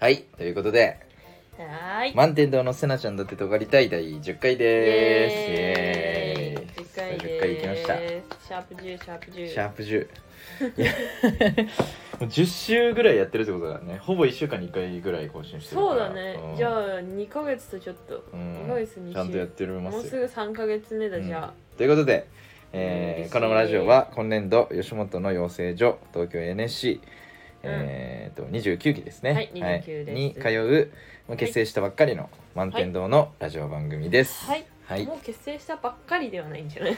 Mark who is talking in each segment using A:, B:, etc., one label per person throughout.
A: はい、ということで、
B: はーい。
A: 満天堂のせなちゃんだってとがりたい第10回
B: イ
A: です。
B: エーイ。
A: 10
B: 10回
A: 10回いきました。シ
B: した。シャープ10、シャープ10。
A: ャープ10。いやもう10週ぐらいやってるってことだね。ほぼ1週間に1回ぐらい更新してるから。
B: そうだね。
A: ん
B: じゃあ、2ヶ月とちょっと。
A: う
B: 2ヶ
A: ん、
B: 月2週。
A: ちゃんとやってるま
B: もう
A: す
B: す
A: よ。
B: ぐ3ヶ月目だ、
A: うん
B: じゃ
A: ということで、えー
B: 嬉しい
A: このラジオは今年度吉本の養成所東京 NSC、えーと29期ですね、
B: はい29です
A: に通うまあ結成したばっかりの満天堂のラジオ番組です。
B: はいあ。
A: はい
B: もう結成したばっかりではないんじゃない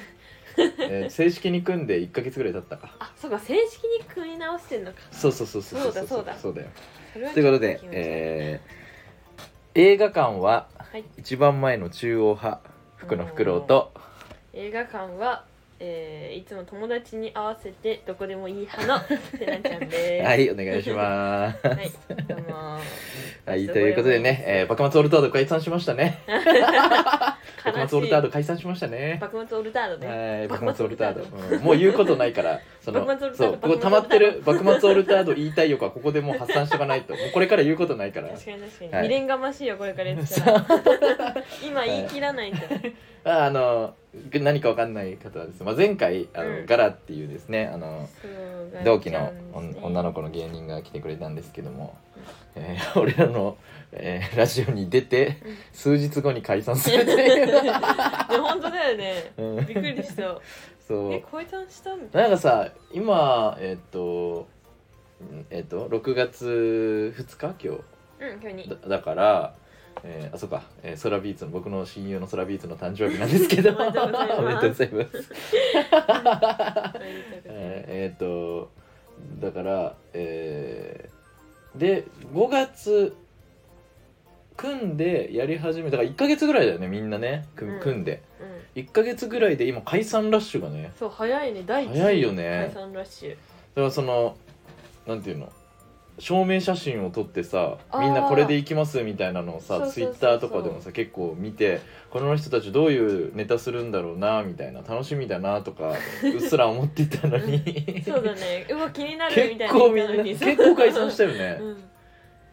A: えー正式に組んで1か月ぐらい経ったか。
B: あ、そうか、正式に組み直してんのか。
A: そうそうそうそう
B: そうだそうだ
A: そうだよ。
B: それは
A: ということで
B: ちょっ、聞きました
A: えー映画館は
B: はい。
A: 一番前の中央派福のフクロウと
B: 映画館は、えーいつも友達に合わせてどこでもいい派 のせなちゃんです。
A: は
B: はい。
A: いお願いし ます。
B: どう も
A: はいということでね、えー、幕末オルタード解散しましたね。幕末オルタード解散しましたね。
B: 幕末オルタードね。
A: はい、
B: 幕
A: 幕末
B: 末
A: オ
B: オ
A: ル
B: ル
A: タ
B: タ
A: ー
B: ー
A: ド
B: ド、
A: うんもう言うことないから、その
B: 幕末オ、ルター
A: そ
B: ド
A: う、ここ溜まってる幕末オルタード言いたい欲はここでもう発散しておかないと、もうこれから言うことないから。
B: 確かに確かに、
A: はい
B: 未練がましいよこれから言って
A: そ
B: たら
A: う
B: 今言い切らないと、
A: ああのぐ何かわかんない方はですね、まあ、前回あの、
B: うん
A: ガラっていうですねあの
B: そう
A: 同期の女女の
B: 子
A: 子の芸人が来てくれたんですけども、えー俺らの、えーラジオに出て
B: うん
A: 数日後に解散するって いう、
B: 本当だよね
A: うん
B: びっくりした
A: そう
B: え解散したみたい
A: なんかさ今えっとんえっと6月2日今
B: なうん今日
A: 日
B: に
A: だだから、えーあそうか、えー、ソラビーツの僕の親友のソラビーツの誕生日なんですけど
B: おめでとうございます
A: おめでとうございます、
B: おめでとうございま
A: えー
B: す
A: えっとだからえーで5月組んでやり始めたから1か月ぐらいだよねみんなね組,、
B: うん
A: 組んで
B: うん
A: 1か月ぐらいで今解散ラッシュがね
B: そう早いね第一
A: 早いよね
B: 解散ラッシュ
A: だからそのなんていうの証明写真を撮ってさ
B: あー
A: みんなこれでいきますみたいなのを
B: そう
A: さ
B: そう
A: ツ
B: そ
A: イ
B: う
A: ッ
B: そう
A: ターとかでもさ結構見てこの人たちどういうネタするんだろうなみたいな楽しみだなと かうっすら思ってたのに
B: そうだねうわ気になるみたい
A: 結
B: な
A: 構みんな
B: 言っ
A: 結
B: たの
A: 構
B: に
A: 解散したよね、
B: うん、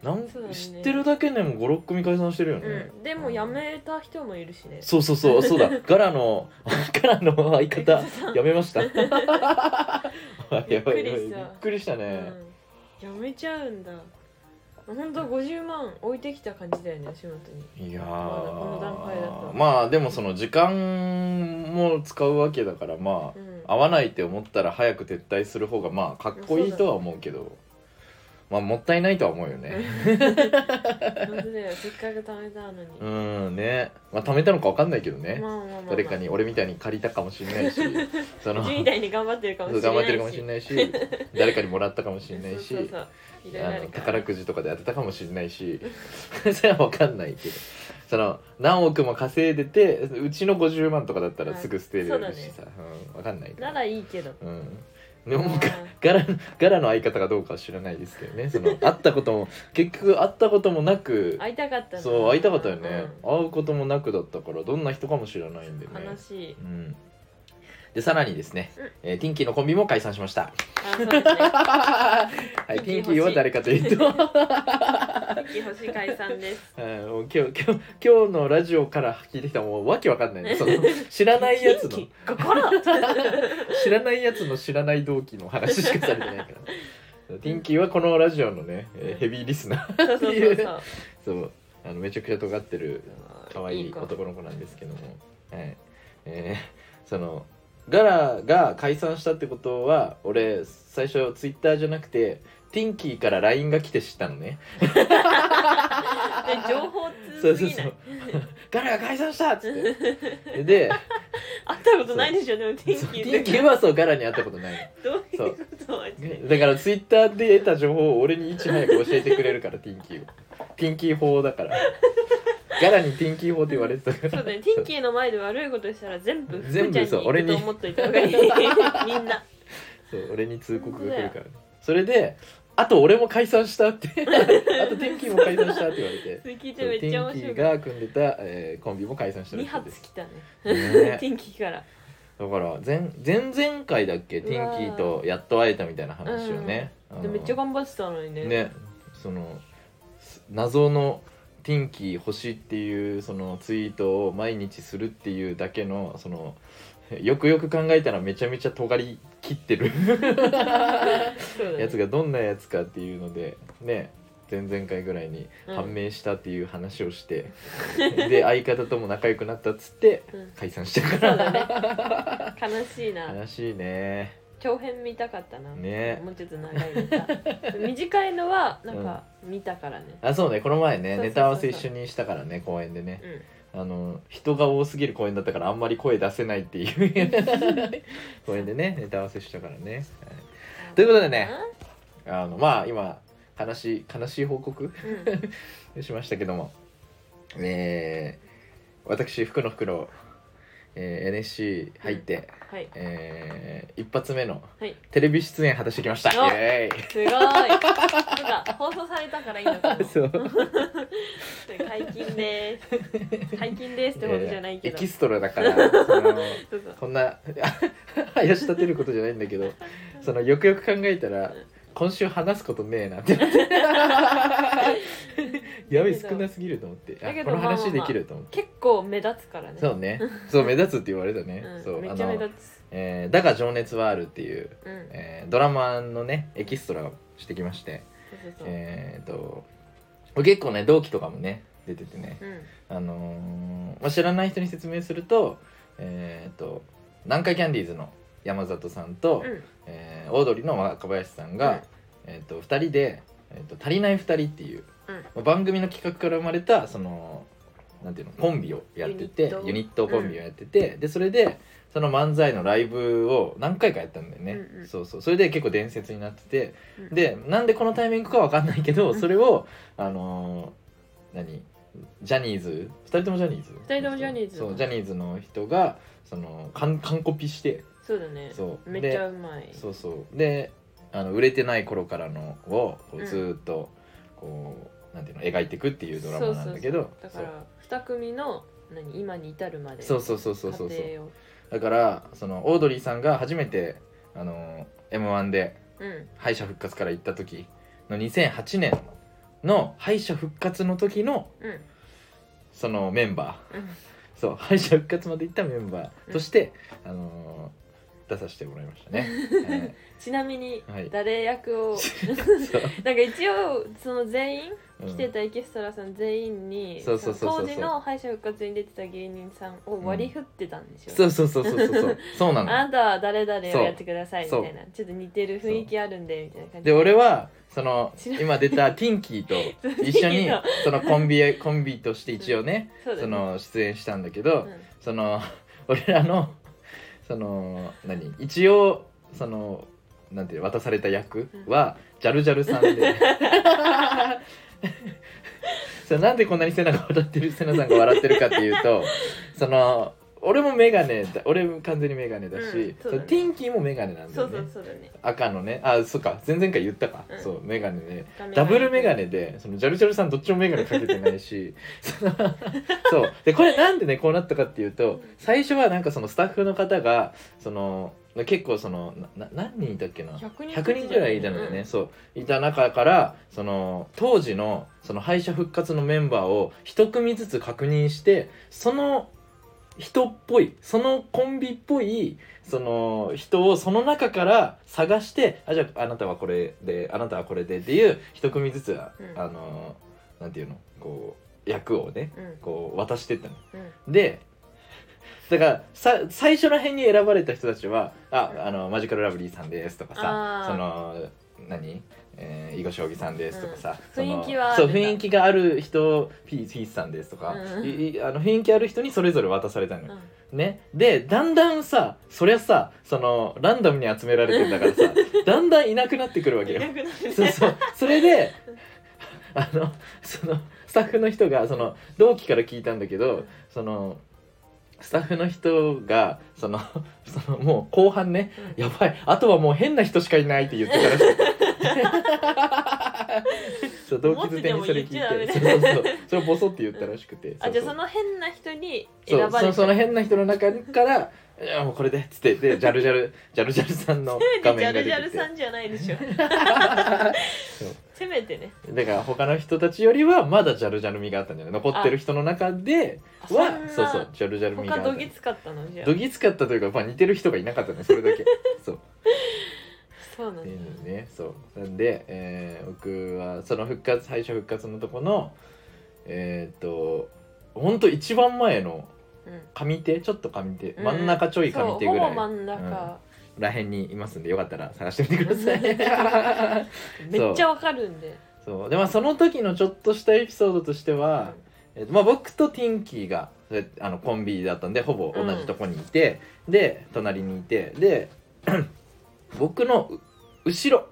A: なん
B: そうだね
A: 知ってるだけでも56組解散してるよね、
B: うん、でも辞めた人もいるしね
A: そうそうそうそう だガラのガラの相方やめま した やばいやばい
B: びっくり
A: び
B: した
A: っくりしたね、
B: うん、辞めちゃうんだほんと50万置いてきた感じだよね吉本に
A: いやー
B: この段階だと
A: まあでもその時間も使うわけだからま
B: う
A: あ、
B: ん
A: 合わないって思ったら早く撤退する方がまあかっこいいとは思うけどまあもったいないとは思うよね
B: 本当だよせっかく貯めたのに、
A: うんねまあ貯めたのか分かんないけどね、
B: まあまあまあ、まあ、
A: 誰かに俺みたいに借りたかもしれないしそ の
B: 10代に頑張ってるかもし
A: そう
B: れない
A: 頑張
B: し
A: ってるかもしれないし誰かにもらったかもしれないし
B: そうそうそういろいろあ
A: あ
B: る
A: の
B: から
A: 宝くじとかで当てたかもしれないし それは分かんないけどその何億も稼いでてうちの50万とかだったらすぐ捨てれるしさ、うん、分かんないか
B: な
A: ら。
B: らいいけど
A: うんでも
B: うん
A: がガラガラの相方がどうかは知らないですけどねその会ったことも 結局会ったこともなく
B: 会いたかったな
A: そう会いたかったよね、会うこともなくだったからどんな人かも知らないんで
B: う
A: ね
B: ん、悲しい
A: うん、でさらにですね、
B: うん
A: えーティンキーのコンビも解散しま した
B: あそうですね
A: はい、ピンキーは誰かというと、
B: 一気星解散です
A: はいもう今日今日今日のラジオから聞いてきたもうわけわかんないね。その知らない やつの
B: 天気心
A: 知らないやつの知らない同期の話しかされてないから。ティンキーはこのラジオのね、えーヘビーリスナー
B: そう
A: って
B: そう
A: い
B: そう
A: う
B: そう
A: そうあのめちゃくちゃ尖ってる可愛い
B: 子
A: 男の子なんですけども、はいえーそのガラが解散したってことは俺最初ツイッターじゃなくてティンキーから LINE が来て知ったのね。
B: で情報
A: そ
B: 通
A: うそう
B: すぎ
A: そ。
B: ないう
A: ガラが解散したっつって。で、
B: 会ったことないでしょでも天
A: そう
B: 気
A: 天気はそうガラに会ったことない。
B: どういうことマジで
A: だからツイッターで得た情報を俺にいち早く教えてくれるから、ティンキーを。ティンキー法だから。ガラにティンキー法って言われてたから。
B: そうだね、ティンキーの前で悪いことしたら全部
A: 全部
B: 福ちゃんに
A: そう俺に
B: 行くと思っといた方がいいみんな
A: そう俺に通告が来るからね。それで、あと俺も解散したって。あと天気も解散したって言われて。
B: それ聞いて
A: そう
B: めっ
A: テ
B: ちゃ
A: ィンキー
B: 面白い
A: が組んでた、えーコンビも解散したら
B: 二
A: しい
B: 発
A: です。
B: 来たね
A: ね
B: ティンキーから
A: だから前前々回だっけ
B: うわー
A: ティンキーとやっと会えたみたいな話をね、あ
B: で
A: の
B: めっちゃ頑張ってたのにね
A: ねそのす謎のティンキー欲しいっていうそのツイートを毎日するっていうだけのそのよくよく考えたらめちゃめちゃ尖り切ってる
B: そうだね
A: やつがどんなやつかっていうのでね前々回ぐらいに判明したっていう話をして、で相方とも仲良くなったっつって
B: うんうん
A: 解散したか
B: そ
A: ら
B: うだね悲しいな
A: 悲しいね
B: 長編見たかったな
A: ね
B: もうちょっと長いネ タ短いのはなんか見たからね
A: あそうねこの前ね
B: そうそうそうそう
A: ネタ合わせ一緒にしたからね公演でね
B: うん
A: あの人が多すぎる公演だったからあんまり声出せないって いう公演でねネタ合わせしたからね、はいということでねあのまあ今悲しい悲しい報告
B: うん
A: しましたけどもえー、私福野福郎、えー NSC 入って、
B: はい
A: えー一発目の
B: はい
A: テレビ出演果たしてきました
B: お
A: イエーイ
B: すごいなんか放送されたからいいの か も
A: そう
B: 解禁です解禁 ですってことじゃないけ
A: エ
B: ど
A: キストラだからその
B: そうそう
A: こんな 林立てることじゃないんだけどそのよくよく考えたら今週話すことねえなってなって やべえ少なすぎると思って
B: だ
A: あ
B: け
A: こ
B: ど
A: の
B: まあまあまあ
A: 話できると思って。
B: 結構目立つからね
A: そうね、そう目立つって言われたね。
B: うん
A: そう
B: め
A: あ
B: っちゃ目立
A: の、
B: つ
A: えーだが情熱はあるっていう、
B: うん
A: えードラマのねエキストラをしてきまして、
B: そうそうそう
A: えーっと結構ね同期とかもね出ててね、
B: うん
A: あのーまあ、知らない人に説明すると,、えー、と南海キャンディーズの山里さんと、
B: うん
A: えーオードリーの若林さんが、
B: うん
A: えー、と2人で、えーと「足りない2人」っていう、
B: うん
A: まあ番組の企画から生まれたそのなんていうのコンビをやっててユ
B: ユ
A: ニ
B: ニット
A: ットコンビをやってて、でそれでその漫才のライブを何回かやったんだよね、
B: うんうん
A: そうそうそれで結構伝説になってて、
B: うん
A: でなんでこのタイミングかわかんないけどそれをあのー何ジャニーズ2人ともジャニーズ
B: 二人ともジャニーズ
A: そうジャニーズの人がその完完コピして
B: そうだね
A: そう
B: めっ
A: で
B: ちゃうまい
A: そうそうであの売れてない頃からのをこ
B: う
A: うんずーっとこう、なんていうの描いていくっていうドラマなんだけど
B: そうそうそうだから二組の何今に至るまで
A: そうそうそうそうそうそう
B: 過程を
A: だからそのオードリーさんが初めてあの m 1で
B: うん
A: 敗者復活から行った時の2008年の敗者復活の時の
B: うん
A: そのメンバ
B: うん
A: ーそう敗者復活まで行ったメンバーとして、あのー出させてもらいましたね。
B: ちなみに
A: はい
B: 誰役を、
A: はい そう
B: なんか一応その全員
A: うん
B: 来てたエキストラさん全員に、
A: そうそうそうそうそう
B: の当時の敗者復活に出てた芸人さんを割り振ってたんでしょ、
A: そうそうそうそうそうそうそうな
B: あ
A: の。
B: なたは誰々を
A: そう
B: やってくださいみたいなちょっと似てる雰囲気あるんでみたいな感じ
A: で俺はその
B: 知らん
A: 今出たティンキ ーと一緒に
B: ティンキー
A: そ
B: と
A: のコンビコンビとして一応ね
B: そうだね
A: その出演したんだけど
B: うん
A: その 俺らのその何一応そのなんていう渡された役はジャルジャルさんで。 そうなんでこんなにセナが笑ってるセナさんが笑ってるかっていうとその俺もメガネだ俺も完全にメガネだし、
B: うんそうだね
A: そうティンキーもメガネなんだ
B: そ
A: よ
B: う
A: ね。
B: そうそうだね
A: 赤のねあそっか前々回言ったか、
B: うん
A: そうメガネで
B: 画面
A: ダブルメガネでそのジャルジャルさんどっちもメガネかけてないし そのそうでこれなんでねこうなったかっていうと最初はなんかそのスタッフの方がその結構そのなな何人いたっけな
B: 100
A: 100人ぐらいいたのよね、
B: うん
A: そういた中からその当時のその敗者復活のメンバーを一組ずつ確認してその人っぽいそのコンビっぽいその人をその中から探してあじゃああなたはこれであなたはこれでっていう一組ずつ、
B: うん
A: あのなんていうのこう役をね
B: うん
A: こう渡してったの。
B: うん
A: でだからさ最初ら辺に選ばれた人たちは「ああのマジカルラブリーさんです」とかさ
B: あー
A: その何、えー囲碁将棋さんですとかさ、
B: うん
A: その
B: 雰囲気はあ
A: そう
B: るんだ
A: 雰囲気がある人ピースピースさんですとか、
B: うん
A: いいあの雰囲気ある人にそれぞれ渡されたのよ、
B: うん
A: ねでだんだんさそりゃさそのランダムに集められてるんだから さだんだんいなくなってくるわけよ
B: いなくなるね
A: そうそうそれであのそのスタッフの人がその同期から聞いたんだけどそのスタッフの人がそのそのもう後半ね「
B: うん
A: やばいあとはもう変な人しかいない」って言ってたらし いそう同期づてにそれ聞い
B: 文
A: て、そう
B: 字でも言っちゃダメ
A: そう
B: だ
A: そうそれをボソって言ったらしくて、
B: あじゃあ
A: う
B: そうの変な人に
A: そ
B: 選
A: う
B: ば
A: そ
B: れ
A: の
B: た
A: その変な人の中から「いやもうこれで」っつってでジャル ジャルジャルジャルさんの画
B: ジ
A: 面
B: ャ
A: が出て
B: ルジ
A: き
B: ャ
A: て
B: ルさんじゃないでしょ
A: そう
B: せめてね
A: だから他の人たちよりはまだジャルジャル味があったんじゃない残ってる人の中で
B: あそん
A: は
B: な
A: そうそうジャルジャル味があ
B: 他
A: った
B: どぎつかったのじゃあ
A: どぎつかったというか、まあ、似てる人がいなかったねそれだ けそう
B: そう
A: っ
B: なんだ
A: ていうのにねそうなんで、えー僕はその復活敗者復活のとこのえーっとほんと一番前の
B: うん
A: 上手ちょっと上手
B: うん
A: 真ん中ちょい上手ぐ
B: そう
A: ら
B: ほぼ
A: い、
B: 真ん中、
A: らへんにいますんでよかったら探してみてくださ い
B: めっちゃわかるんで
A: そうでまあその時のちょっとしたエピソードとしては、えっとまあ、僕とティンキーがえあのコンビだったんでほぼ同じとこにいて、で隣にいてで 僕のう後ろ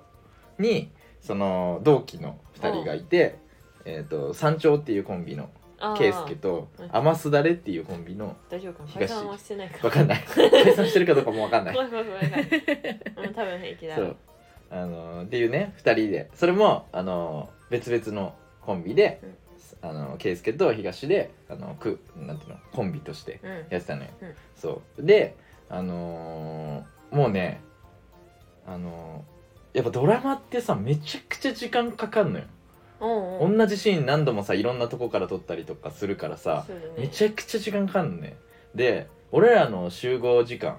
A: にその同期の2人がいて、えっと山頂っていうコンビの
B: あー
A: ケイスケと
B: うん
A: 天すだれっていうコンビ の
B: 大丈夫かな解
A: 東
B: 散はしてないか
A: わかんない解散してるかどうかもわかんない
B: 怖い怖い怖い怖いうん多分平気だ
A: そうあのーっていうね2人でそれも、あのー別々のコンビで、あのー圭介と東で、あのーくなんていうのコンビとして
B: うん
A: やってたのよ、
B: うん
A: そうであのーもうねあのーやっぱドラマってさめちゃくちゃ時間かかんのよ、
B: おうおう
A: 同じシーン何度もさいろんなとこから撮ったりとかするからさ、
B: そうだね
A: めちゃくちゃ時間かかんのねで俺らの集合時間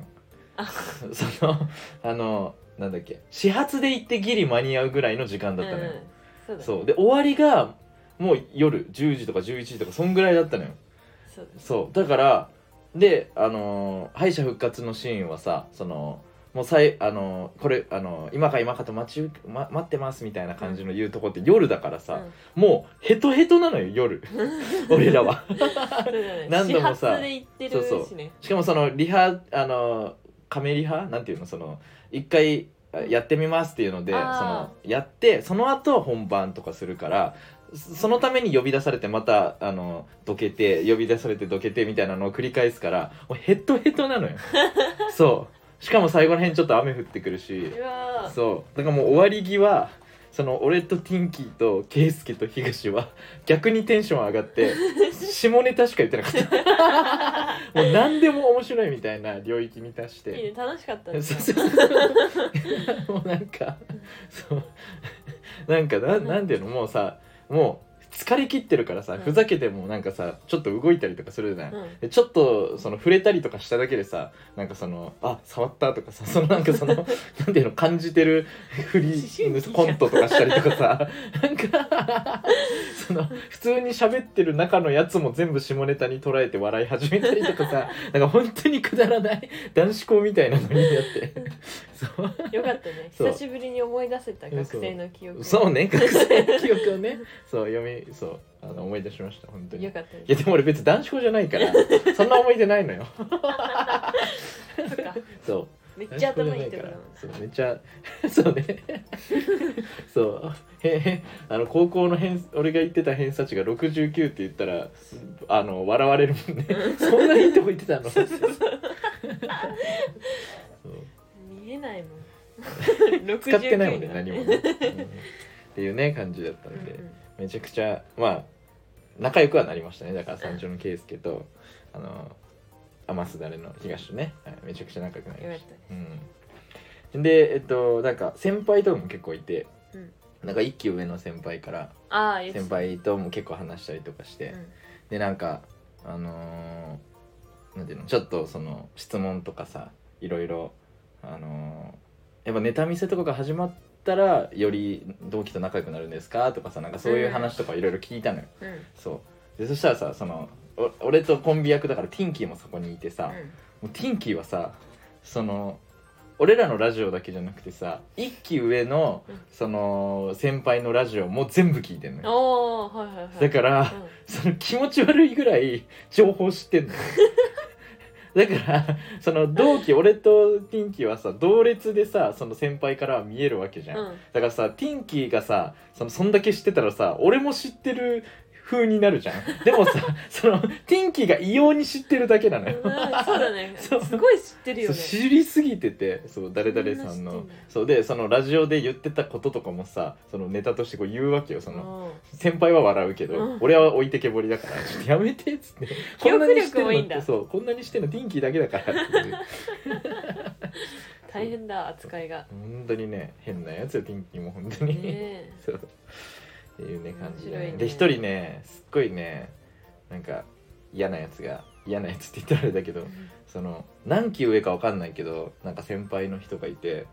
B: あ
A: そのあのなんだっけ始発で行ってギリ間に合うぐらいの時間だったのよ、
B: うんうんそうだね
A: そうで終わりがもう夜10時とか11時とかそんぐらいだったのよ
B: そうだね
A: そうだからであのー敗者復活のシーンはさそのもうさいあのーこれあのー今か今かと待ち受け、ま、待ってますみたいな感じの言うとこって夜だからさ、もうヘトヘトなのよ夜俺らは
B: そうだね
A: 何度もさ
B: 始発で行ってるしね
A: そうしかもそのリハあのカメリハなんていうのその一回あやってみますっていうのでそ
B: あー
A: のやってその後本番とかするからそそのために呼び出されてまたあのどけて呼び出されてどけてみたいなのを繰り返すからもうヘッドヘッドな のよそうしかも最後の辺ちょっと雨降ってくるし
B: うわー
A: そうだからもう終わり際その俺とティンキーとケイスケと東は 逆にテンション上がって 下ネタしか言ってなかった もう何でも面白いみたいな領域に達し
B: いいね
A: て。
B: 楽しかっ
A: そ
B: た
A: う
B: ね
A: そうそうもう なんかそうなんかななんていうのもうさもう疲れ切ってるからさ
B: うん
A: ふざけてもなんかさちょっと動いたりとかするじゃない、
B: うん
A: でちょっとその触れたりとかしただけでさなんかそのあ触ったとかさ そのなんかそのなんていうの感じてる振り
B: 思春期じゃん
A: コントとかしたりとかさなんか その普通に喋ってる中のやつも全部下ネタに捉えて笑い始めたりとかさなんか本当にくだらない 男子校みたいなのにやってそう
B: よかったね
A: そう
B: 久しぶりに思い出せた学生の記憶
A: そうね 学生記憶をねそう読みそうあの思い出しました本当に。
B: よかった
A: いや
B: ね
A: でも俺別に男子校じゃないからそんな思い出ないのよ
B: そっか
A: そう
B: めっちゃ頭いいところ
A: そうめっちゃ そうね そうへへあの高校の偏俺が言ってた偏差値が69って言ったらあの笑われるも んねそんないいとこ行ってたのそう
B: 見えないもん
A: 使ってないもん ね
B: 69
A: 何もね、うんっていうね感じだった
B: うん
A: で、
B: ん
A: めちゃくちゃまあ仲良くはなりましたねだから三条の圭介とあの天すだれの東とね、はいめちゃくちゃ仲良くなり
B: よ
A: ま
B: か
A: し
B: っ
A: た
B: ね
A: うん、でえっとなんか先輩とかも結構いて、
B: うん
A: なんか一期上の先輩から
B: ああ言って
A: 先輩とも結構話したりとかして、
B: うん
A: でなんかあのーなんていうのちょっとその質問とかさいろいろあのーやっぱネタ見せとかが始まったらより同期と仲良くなるんですかとかさなんかそういう話とかいろいろ聞いたのよ、
B: うん
A: そうでそしたらさそのお俺とコンビ役だからティンキーもそこにいてさ、もうティンキーはさその俺らのラジオだけじゃなくてさ一期上の
B: うん
A: その先輩のラジオも全部聞いてんの
B: うん
A: よ
B: おーはいはいはい
A: だから、
B: うん
A: その気持ち悪いぐらい情報知 ってんのだからその同期俺とティンキーはさ同列でさその先輩からは見えるわけじゃん、
B: うん
A: だからさティンキーがさそのそんだけ知ってたらさ俺も知ってる風になるじゃんで もさそのティンキーが異様に知ってるだけなのよ
B: うんそうだねす
A: そう
B: ごい知ってるよ
A: そう
B: ね
A: 知りすぎててそう誰々さん
B: そんな知って
A: の
B: んだ
A: そうでそのラジオで言ってたこととかもさそのネタとしてこう言うわけよその
B: うん
A: 先輩は笑うけど、
B: うん
A: 俺は置いてけぼりだから「ちょっとやめて」っつって「
B: 記憶力
A: してん
B: もいい
A: の
B: ん
A: っ
B: だ
A: てそうこんなにしてんのティンキーだけだから」っていう
B: 大変だ扱いが
A: 本当にね変なやつよピンキーも本当
B: ね
A: に、
B: え
A: そうっていうね感じで、
B: 面白いね
A: で一人ねすっごいねなんか嫌なやつが嫌なやつって言ったらあれだけどその何期上かわかんないけどなんか先輩の人がいて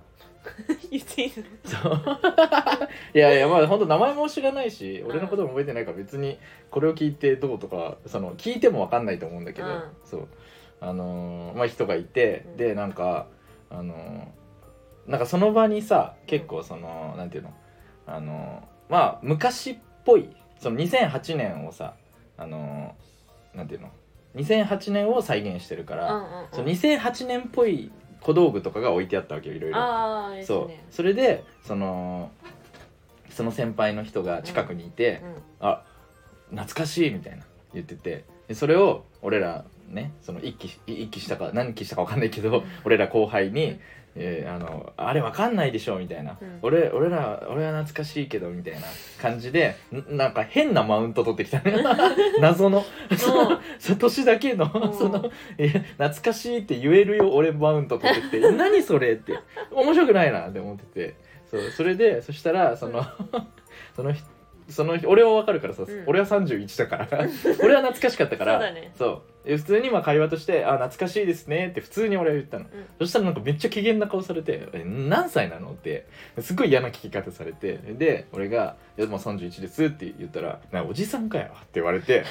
B: 言っていいの
A: そう いやいやまあ本当名前も知らないし俺のことも覚えてないから別にこれを聞いてどうとかその聞いてもわかんないと思うんだけど、
B: うん
A: そうあのーまあ人がいて、
B: うん
A: でなんかあのーなんかその場にさ結構そのなんていうのあのーまあ昔っぽいその2008年をさあのーなんていうの2008年を再現してるから、その
B: うんうんうん
A: 2008年っぽい小道具とかが置いてあったわけよいろいろ。
B: ああです
A: そう
B: ね
A: それでそのその先輩の人が近くにいて
B: う、ん
A: あ懐かしいみたいな言っててでそれを俺らねその一期一期したか何期したか分かんないけど、
B: うん
A: 俺ら後輩に、
B: うん
A: えーあのあれ分かんないでしょみたいな、
B: うん
A: 俺俺ら俺は懐かしいけどみたいな感じでんなんか変なマウント取ってきたね 謎の そのそ年だけの
B: うん
A: そのいや懐かしいって言えるよ俺マウント取ってきて何それって面白くないなって思っててそうそれでそしたらそのその人その人俺は分かるからさ、
B: うん
A: 俺は31だから 俺は懐かしかったから
B: そうだね
A: そうで普通にまあ会話として「あ懐かしいですね」って普通に俺は言ったの、そしたらなんかめっちゃ機嫌な顔されて「え何歳なの?」ってすごい嫌な聞き方されてで俺が「いやもう31です」って言ったら「なおじさんかよ」って言われ て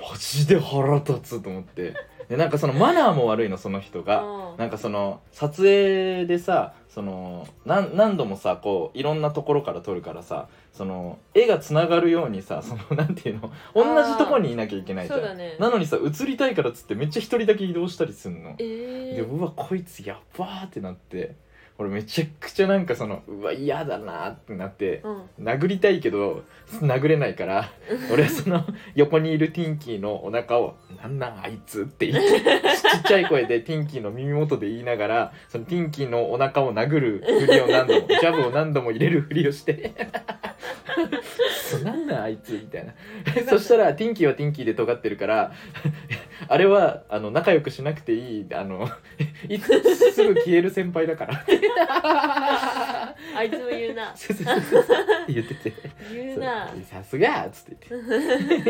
A: マジで腹立つと思ってでなんかそのマナーも悪いのその人が。
B: うん
A: なんかその撮影でさそのなん何度もさこういろんなところから撮るからさその絵がつながるようにさその なんていうの同じとこにいなきゃいけないじゃん
B: そうだね
A: なのにさ映りたいからっつってめっちゃ一人だけ移動したりすんの。
B: え
A: で
B: え
A: うわこいつやばーってなって俺めちゃくちゃなんかそのうわ嫌だなーってなって。
B: うん
A: 殴りたいけど殴れないから俺はその横にいるティンキーのお腹を「なんなんあいつ」って言ってちっちゃい声でティンキーの耳元で言いながらそのティンキーのお腹を殴るふりを何度もジャブを何度も入れるふりをして「なんなんあいつ」みたいなそしたらティンキーはティンキーで尖ってるからあれはあの仲良くしなくていいあのいつすぐ消える先輩だから
B: あいつも言うな
A: そうそうそうそう言ってて。
B: 言うな
A: そうさすがっつって言 っ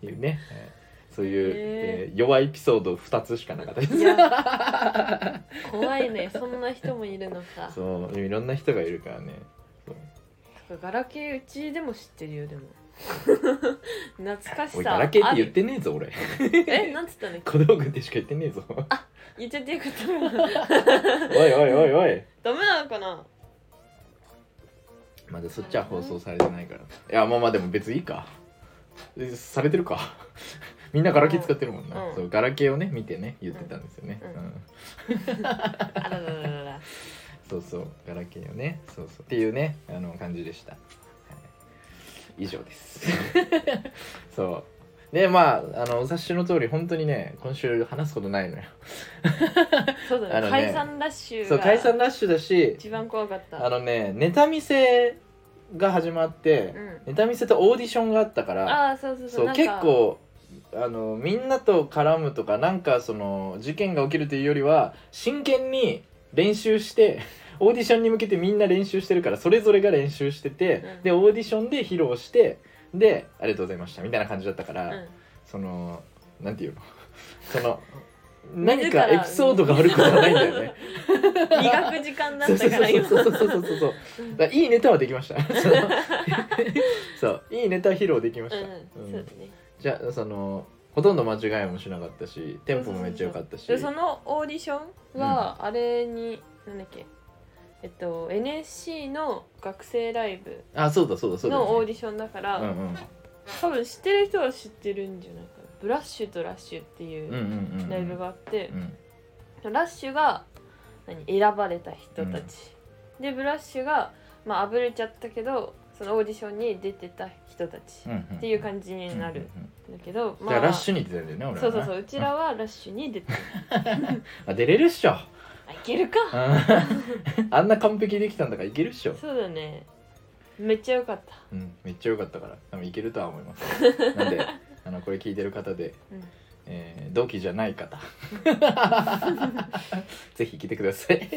A: ていうね、はいそういう、
B: へ
A: えー弱いエピソード2つしかなかったで
B: い
A: す
B: や怖いねそんな人もいるのか
A: そうでもいろんな人がいるからねそう
B: ガラケーうちでも知ってるよでも 懐かし
A: 俺
B: さ
A: ガ
B: あ
A: ラケーって言っ
B: る
A: てねえぞ俺
B: えなんつったの
A: 小道具ってしか言ってねえぞ
B: 言っちゃってよかった
A: おいおいおいお い
B: ダメなのかな
A: まだそっちは放送されてないからいやまあまあでも別にいいかえされてるか みんなガラケー使ってるもんな、
B: うん
A: そうガラケーをね見てね言ってたんですよね、
B: うん
A: うん
B: あららららら
A: そうそうガラケーをねそうそうっていうねあの感じでした、はい、以上です そうでまああのお察しの通り本当にね今週話すことないのよ
B: そうだ
A: あ
B: ね
A: のね
B: 解散ラッシュが
A: そう解散ラッシュだし
B: 一番怖かった
A: あのねネタ見せが始まって
B: う、ん
A: ネタ見せとオーディションがあったから
B: ああそうそうそう
A: そう
B: なんか
A: 結構あのみんなと絡むとかなんかその事件が起きるというよりは真剣に練習してオーディションに向けてみんな練習してるからそれぞれが練習してて、
B: うん
A: でオーディションで披露してでありがとうございましたみたいな感じだったか
B: う
A: ら、
B: ん
A: そのなんていうのその
B: 自ら
A: 何かエピソードがあることはないんだよね。
B: 磨く時間だ
A: そ
B: っ
A: うそ
B: た
A: う
B: から今
A: そうそうそうそうそうそうだからいいネタはできましたそのそういいネタは披露できました、
B: う
A: うんん
B: そうだね
A: じゃあそのほとんど間違いもしなかったしテンポもめっちゃ良かったし
B: でそのオーディションはあれに、なんだっけえっと NSC の学生ライブ
A: あそうだそうだそうだ
B: のオ
A: よ
B: ー
A: ね、
B: ディションだから
A: うんうん
B: 多分知ってる人は知ってるんじゃないかなブラッシュとラッシュって
A: うんう
B: いうん
A: うんうん
B: ライブがあって
A: う、ん
B: ラッシュが何選ばれた人たち、でブラッシュがまああぶれちゃったけどそのオーディションに出てた人たち
A: うんうん
B: っていう感じになる
A: うんうん
B: んだけど、
A: うん
B: ま
A: じゃ
B: あ
A: あラッシュに出たんだよね俺は
B: そうそうそううちら
A: は
B: はラッシュに出て
A: あ出れるっしょ
B: あいけるか
A: うんあんな完璧できたんだからいけるっしょ、
B: そうだねめっちゃ良かった、
A: うん、めっちゃ良かったから多分いけるとは思いますなんであのこれ聞いてる方で、
B: うん
A: えー同期じゃない方ぜひ来てください、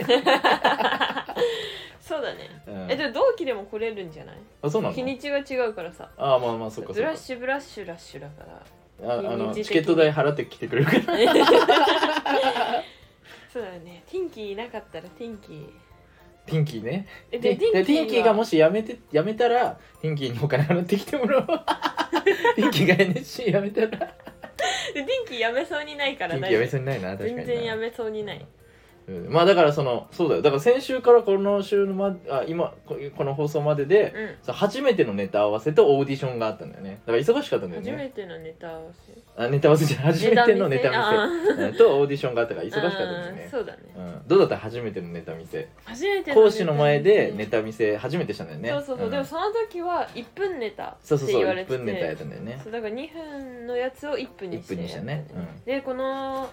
B: そうだね
A: うん
B: えでも同期でも来れるんじゃない
A: あそうなの
B: 日にちが違うからさ
A: あまあまあそっかそ
B: ブ
A: っ
B: ラ
A: か
B: ッシュブラッシュラッシュだ から
A: ああ
B: 日にち
A: の
B: 的に
A: チケット代払って来てくれるから
B: そうだよねティンキーいなかったらティンキー
A: ティンキーね
B: え
A: ででティンキーがも
B: し
A: し辞めて辞めたらティンキーにお金払ってきても らおうティンキーが NSC 辞めたら
B: でティンキーやめそうにないか
A: テ
B: ら
A: ィンキ
B: な
A: ー辞めそうにないな確かに
B: 全
A: な
B: 然やめそうにない
A: うんまあだからそのそうだよだから先週からこの週のまあ今ここの放送までで、
B: うん
A: そう初めてのネタ合わせとオーディションがあったんだよねだから忙しかったんだよ
B: 初
A: ね
B: めてのネタ合わせ
A: あネタ合わせじゃ ない初めてのネタ見
B: あー
A: せうんとオーディションがあったから忙しかったん
B: あ
A: で
B: ー
A: すね
B: そうだね
A: うん、どうだった初めてのネタ見せ
B: 初めて
A: 講師の前でネ
B: タ
A: タ見せ初めてしたんだよね
B: そうそうそう、
A: ん
B: でもその時は1分ネタ
A: そう
B: っ
A: そう
B: て
A: そう
B: 言われ
A: 1
B: てて
A: 分ネタやったんだよね
B: そうだから2分のやつを1分に
A: 1
B: して
A: 分にしたね
B: でこの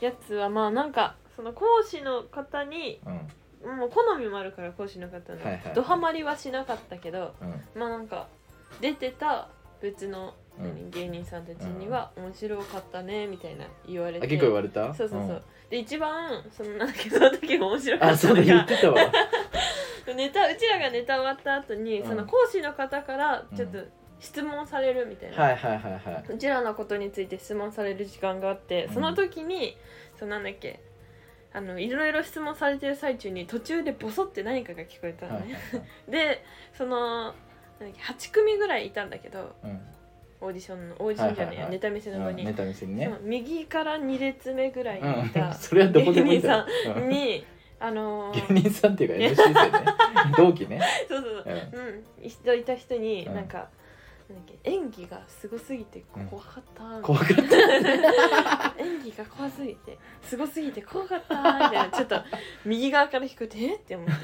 B: やつはまあなんかその講師の方に
A: うんうん
B: もう好みもあるから講師の方の、
A: はいはい
B: ドハマりはしなかったけど
A: うん
B: まあなんか出てた別の、
A: うん
B: 何芸人さんたちには面白かったねみたいな言われ
A: あ
B: て
A: 結構言われた
B: そうそうそう、
A: ん
B: で一番そのなんかその時も面白か
A: あ
B: った
A: そうだ
B: の
A: 言っ
B: が
A: て たわ
B: ネタうちらがネタ終わった後に、
A: うん
B: その講師の方からちょっと
A: う
B: 質問されるみたいな、
A: はいはいはいはいう
B: ちらのことについて質問される時間があって
A: うん
B: その時に、そのなんだっけあのいろいろ質問されてる最中に途中でボソって何かが聞こえた
A: は
B: の
A: い
B: ね、
A: はいはい
B: でそのなんだっけ8組ぐらいいたんだけど
A: うん
B: オーディションのオーディションじ
A: は
B: ゃねえ
A: いはい
B: や
A: はい
B: ネタ見せの場に、
A: ネタ見せにね
B: そう右から2列目ぐらいにい
A: うん
B: た
A: それはどこでもいいんだようん
B: に、あのー
A: 芸人さんっていうか NSC 生 ね同期ね
B: そうそうそう
A: うん
B: うん、一度いた人に、
A: うん
B: なんかなんだっけ演技がすごすぎて怖かった、
A: 怖かった
B: 演技が怖すぎてすごすぎて怖かったみたい なちょっと右側から引くてえって思って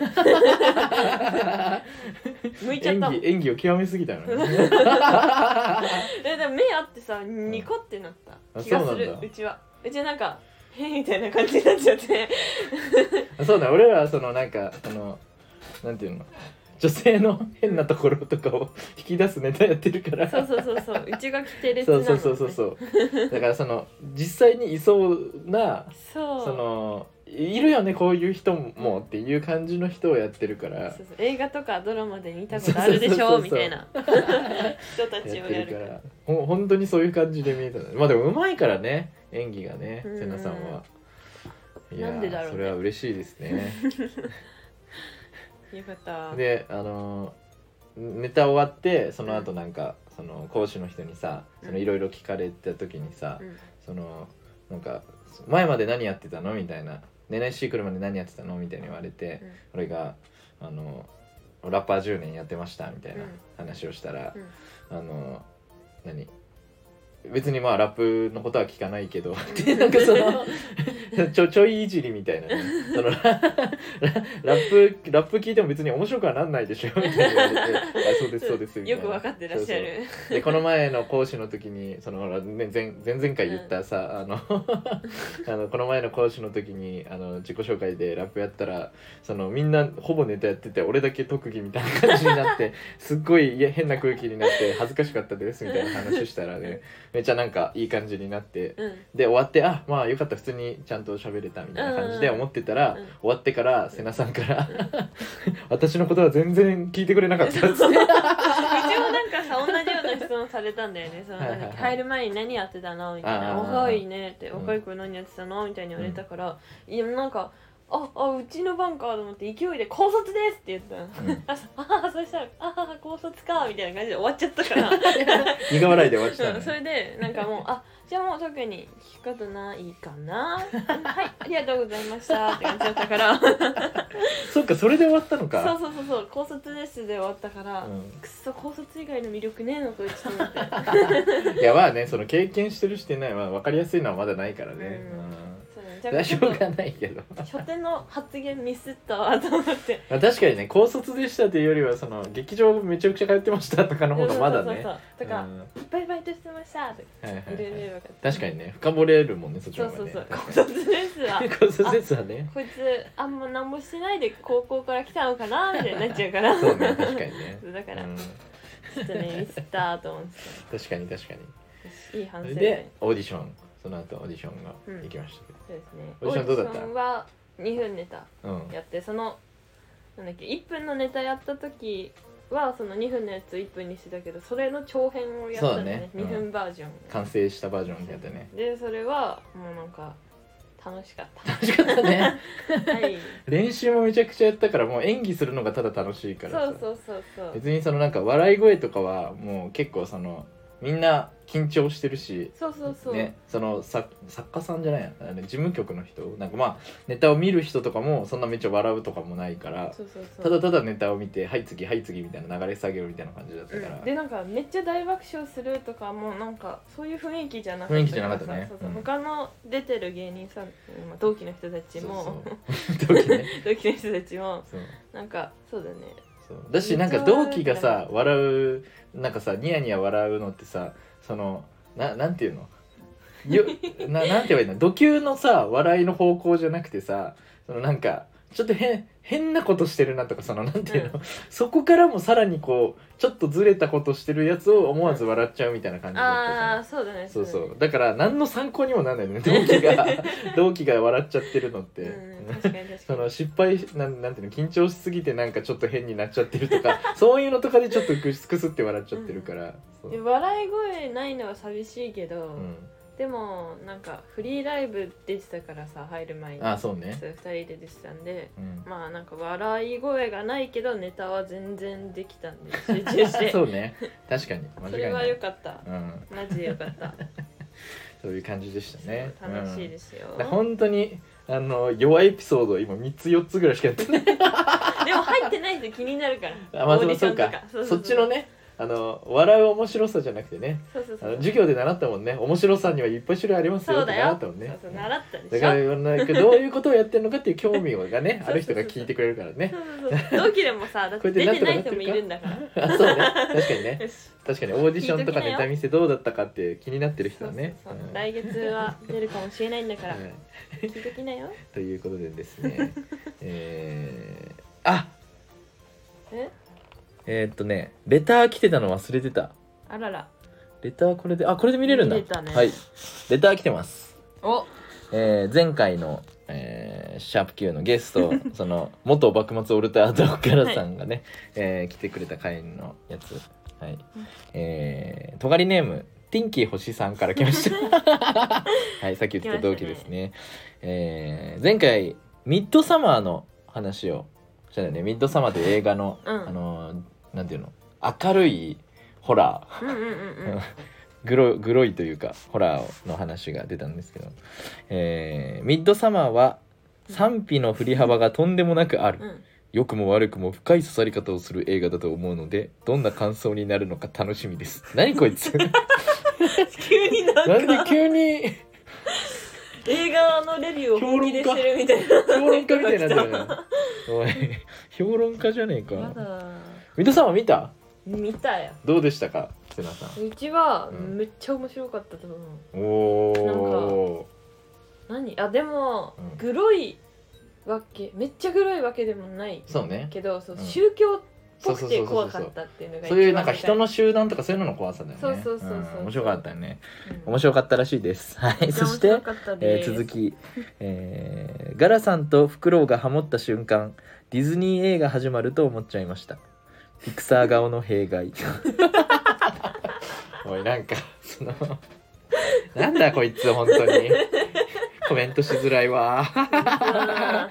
B: 向いちゃっ
A: 演
B: たもん
A: 技演技を極めすぎたのね
B: えでも目あってさニコってなった
A: あ
B: 気がす
A: そう
B: る
A: なん
B: う
A: だ
B: ちはうちはなんかへえみたいな感じになっちゃって
A: そうだ俺らはそのなんかそのなんていうの女性の変なところとかを引き出すネタやってるから
B: そうそうそうそううちが着て列な
A: そう
B: の、ね、
A: そうそうそう
B: そう
A: そうだからその実際にいそうな
B: そう
A: そのいるよねこういう人もっていう感じの人をやってるから
B: そうそう映画とかドラマで見たことあるでし
A: そう
B: ょ
A: そうそうそう
B: みたいな人たち
A: やっ
B: を
A: て
B: や
A: る
B: る
A: か
B: から
A: らほ本当にそういう感じで見えたのまあでもうまいからね演技がね
B: うん
A: 瀬名さんは。いやー
B: なんでだろうね
A: それは嬉しいですね。
B: よかった
A: であのーネタ終わってその後なんか、その講師の人にさ
B: うん
A: そのいろいろ聞かれた時にさ、
B: うん
A: そのなんか「前まで何やってたの?」みたいな「で NSC 来るまで何やってたの?」みたいに言われて、
B: うん
A: 俺が「あのラッパー10年やってました」みたいな
B: うん
A: 話をしたら
B: うん、
A: あの何別にまあラップのことは聞かないけどってなんかそ の ちょちょいいじりみたいなねそのラ ララップラップ聞いても別に面白くはなんないでしょみたいな言われてあそうですそうですみたい
B: よ
A: な
B: く分かってらっしゃる
A: そうそうでこの前の講師の時にそのほらね前前々回言ったさ、あの あのこの前の講師の時にあの自己紹介でラップやったらそのみんなほぼネタやってて俺だけ特技みたいな感じになって すっごいいや変な空気になって恥ずかしかったですみたいな話をしたらねめっちゃなんかいい感じになって
B: うん
A: で終わってあまあよかった普通にちゃんと喋れたみたいな感じで
B: うんうん
A: 思ってたら、
B: うん
A: 終わってから瀬名さんから 「私のことは全然聞いてくれなかった」っつって。
B: 一応なんかさ同じような質問されたんだよねその
A: はいはいはい
B: 入る前に何やってたのみたい
A: あ
B: な
A: ー
B: 「若いね」って「
A: うん
B: 若い子何やってたの?」みたいに言われたから、いやなんか「ああうちの番か」と思って勢いで「高卒です」って言ったの。
A: うん
B: あそあそしたら「ああ高卒か」みたいな感じで終わっちゃったから
A: 苦笑いで終わっちゃった
B: うん
A: ね
B: それでなんかもう「あじゃあもう特に聞くことないかな」うんはいありがとうございました」って感じだったからそう
A: そっかそれで終わったのか
B: そうそうそう高卒ですで終わったから、
A: う
B: くっそ高卒以外の魅力ねえのかうちと思って。
A: んいやまあねその経験してるしてないは分かりやすいのはまだないからね、
B: うんそうね
A: う
B: だ
A: ん、
B: から
A: し
B: ち
A: ょ
B: ょっと
A: うがないけど
B: 初手の発言ミスったわと思って
A: まあ確かにね高卒でしたというよりはその劇場めちゃくちゃ通ってましたとかの方がまだ
B: そう
A: ね
B: そうそうとか、
A: うん
B: いっぱいバイトしてましたとか
A: はいはいは
B: いろいろ言え
A: い
B: ばよかった
A: 確かにね深掘れるもんねそっち
B: そ
A: の
B: う
A: 方が
B: そう
A: ね
B: そう
A: 確か
B: 高
A: に
B: 卒です わ
A: 高卒ですわね
B: こいつあんま何もしてないで高校から来たのかなみたいになっちゃうから
A: そうね確かにね
B: そうだから、
A: うん、
B: ちょっとねミスったと思って
A: 確かに確かに
B: たいい反
A: そ
B: 省
A: れ
B: 会
A: でオーディションその後オーディションが
B: うん
A: 行きましたけ
B: そうですね
A: オーディションどうだった
B: オーディションは2分ネタ
A: ど、うん
B: やってそのなんだっけ1分のネタやった時はその2分のやつ1分にしてたけどそれの長編をやった
A: そ
B: のね
A: うだねうん
B: 2分バージョン、
A: 完成したバージョンでやったね
B: でそれはもうなんか楽しかっ
A: 楽しかった ね
B: たはい
A: 練習もめちゃくちゃやったからもう演技するのがただ楽しいからさ
B: そうそうそうそう
A: 別にそのなんか笑い声とかはもう結構そのみんな緊張してるし
B: そうそうそう、
A: ね、その作作家さんじゃないやあの事務局の人なんかまあネタを見る人とかもそんなめっちゃ笑うとかもないから
B: そうそうそう
A: ただただネタを見て「はい次はい次」みたいな流れ作業みたいな感じだったから、
B: でなんかめっちゃ大爆笑するとかもなんかそういう雰囲気じゃなかった
A: 雰囲気じゃなかったね
B: そうそう
A: うん
B: 他の出てる芸人さんまあ同期の人たちも
A: そうそう同期ね
B: 同期の人たちも
A: そう
B: なんかそうだね
A: そうだしなんか同期がさ笑うなんかさニヤニヤ笑うのってさそのななんていうのよななんて言えばいいの度級のさ笑いの方向じゃなくてさそのなんかちょっと変変なことしてるなとかそのなんていうの、そこからもさらにこうちょっとずれたことしてるやつを思わず笑っちゃうみたいな感じだったじゃ
B: あ
A: ん
B: あそうだね
A: そうそ
B: だね
A: うだから何の参考にもなんないよね同期 が同期が笑っちゃってるのって。
B: うん、確かに確
A: そ
B: か
A: の
B: に
A: 失敗しなんなんていうの緊張しすぎてなんかちょっと変になっちゃってると かそういうのとかでちょっとくすくすって笑っちゃってるから、そう
B: で笑い声ないのは寂しいけど、
A: うん、
B: でもなんかフリーライブ出てたからさ入る前に
A: あそうね
B: そう2人で出てたんで
A: うん
B: まあなんか笑い声がないけどネタは全然できたんで集中 し て
A: そうね確かに間違いない
B: それは良かった
A: うん、
B: マジで良かった
A: そういう感じでした ね
B: そう楽しいですよ、
A: うん、だ
B: で
A: から
B: も
A: 本当にあの弱いエピソードを今3つ4つぐらいしかやってない
B: 入ってないと気になるから
A: あまあ
B: オーディションと
A: そう
B: かうう
A: そっちのねあの笑う面白さじゃなくてね
B: そうそう
A: あ
B: そ
A: の
B: う
A: 授業で習ったもんね面白さにはいっぱい種類ありますよ
B: そ
A: っ
B: う
A: て
B: だ
A: 習
B: よ
A: った
B: そ
A: もんね
B: うそう習ったでしょ
A: だからなんかどういうことをやってるのかっていう興 味がねある人が聞いてくれるからね。
B: そうそうそう同期でもさだって出てない人もいるんだから
A: あそうね確かにね
B: よし
A: 確かにオーディションとかネタ見せどうだったかって気になってる人
B: そう
A: は
B: そう
A: ね。
B: そう
A: うん
B: 来月は出るかもしれないんだから
A: はい
B: 聞いときなよ
A: ということでですね えー、あ
B: え
A: えーっとねレター来てたの忘れてた
B: あらら
A: レターこれであこれで見れるんだ
B: 見れたね
A: はいレター来てます
B: お
A: えー前回の、えーシャープ Q のゲス トその元幕末オルタードからさんがね、えー来てくれた回のやつはいえーとがりネームティンキー星さんから来ました はいさっき言ってた同期ですねえー前回ミッドサマーの話をしたんだよねミッドサマーという映画の、
B: うん
A: あのーなんていうの明るいホラー
B: うんうんうん
A: グログロいというかホラーの話が出たんですけど、えーミッドサマーは賛否の振り幅がとんでもなくあ
B: う
A: る
B: んうん
A: 良くも悪くも深い刺さり方をする映画だと思うのでどんな感想になるのか楽しみです何こい つな
B: 急になん
A: んで
B: か
A: 急に
B: 映画のレビューを本気でしてるみたいな
A: 評論家みたいになってるね おい評論家じゃねえ
B: や
A: か
B: だ
A: ミッドサマー見た
B: 見たよ
A: どうでしたかセナさん
B: うちは
A: うん
B: めっちゃ面白かったと思う、
A: おお
B: 何あでも、
A: うん
B: グロいわけめっちゃグロいわけでもない
A: そうね
B: けどそう、
A: うん
B: 宗教っ
A: そ
B: ぽ
A: うそ
B: く
A: うそ
B: て
A: うそ
B: 怖
A: うそ
B: か
A: う
B: ったっていうのが
A: そういうなんか人
B: の、
A: の集団とかそういうのの怖さだよね。
B: そうそうそうそうん
A: 面白かったよね。
B: うん
A: 面白かったらしいです。は
B: め
A: い。
B: っち
A: そ
B: ゃ面
A: して
B: 白、かった
A: え
B: です
A: ー続き、えーガラさんとフクロウがハモった瞬間、ディズニー映画始まると思っちゃいました。ピクサー顔の弊害。 おい、なんか、その、なんだこいつ、本当に。コメントしづらいわ。
B: あ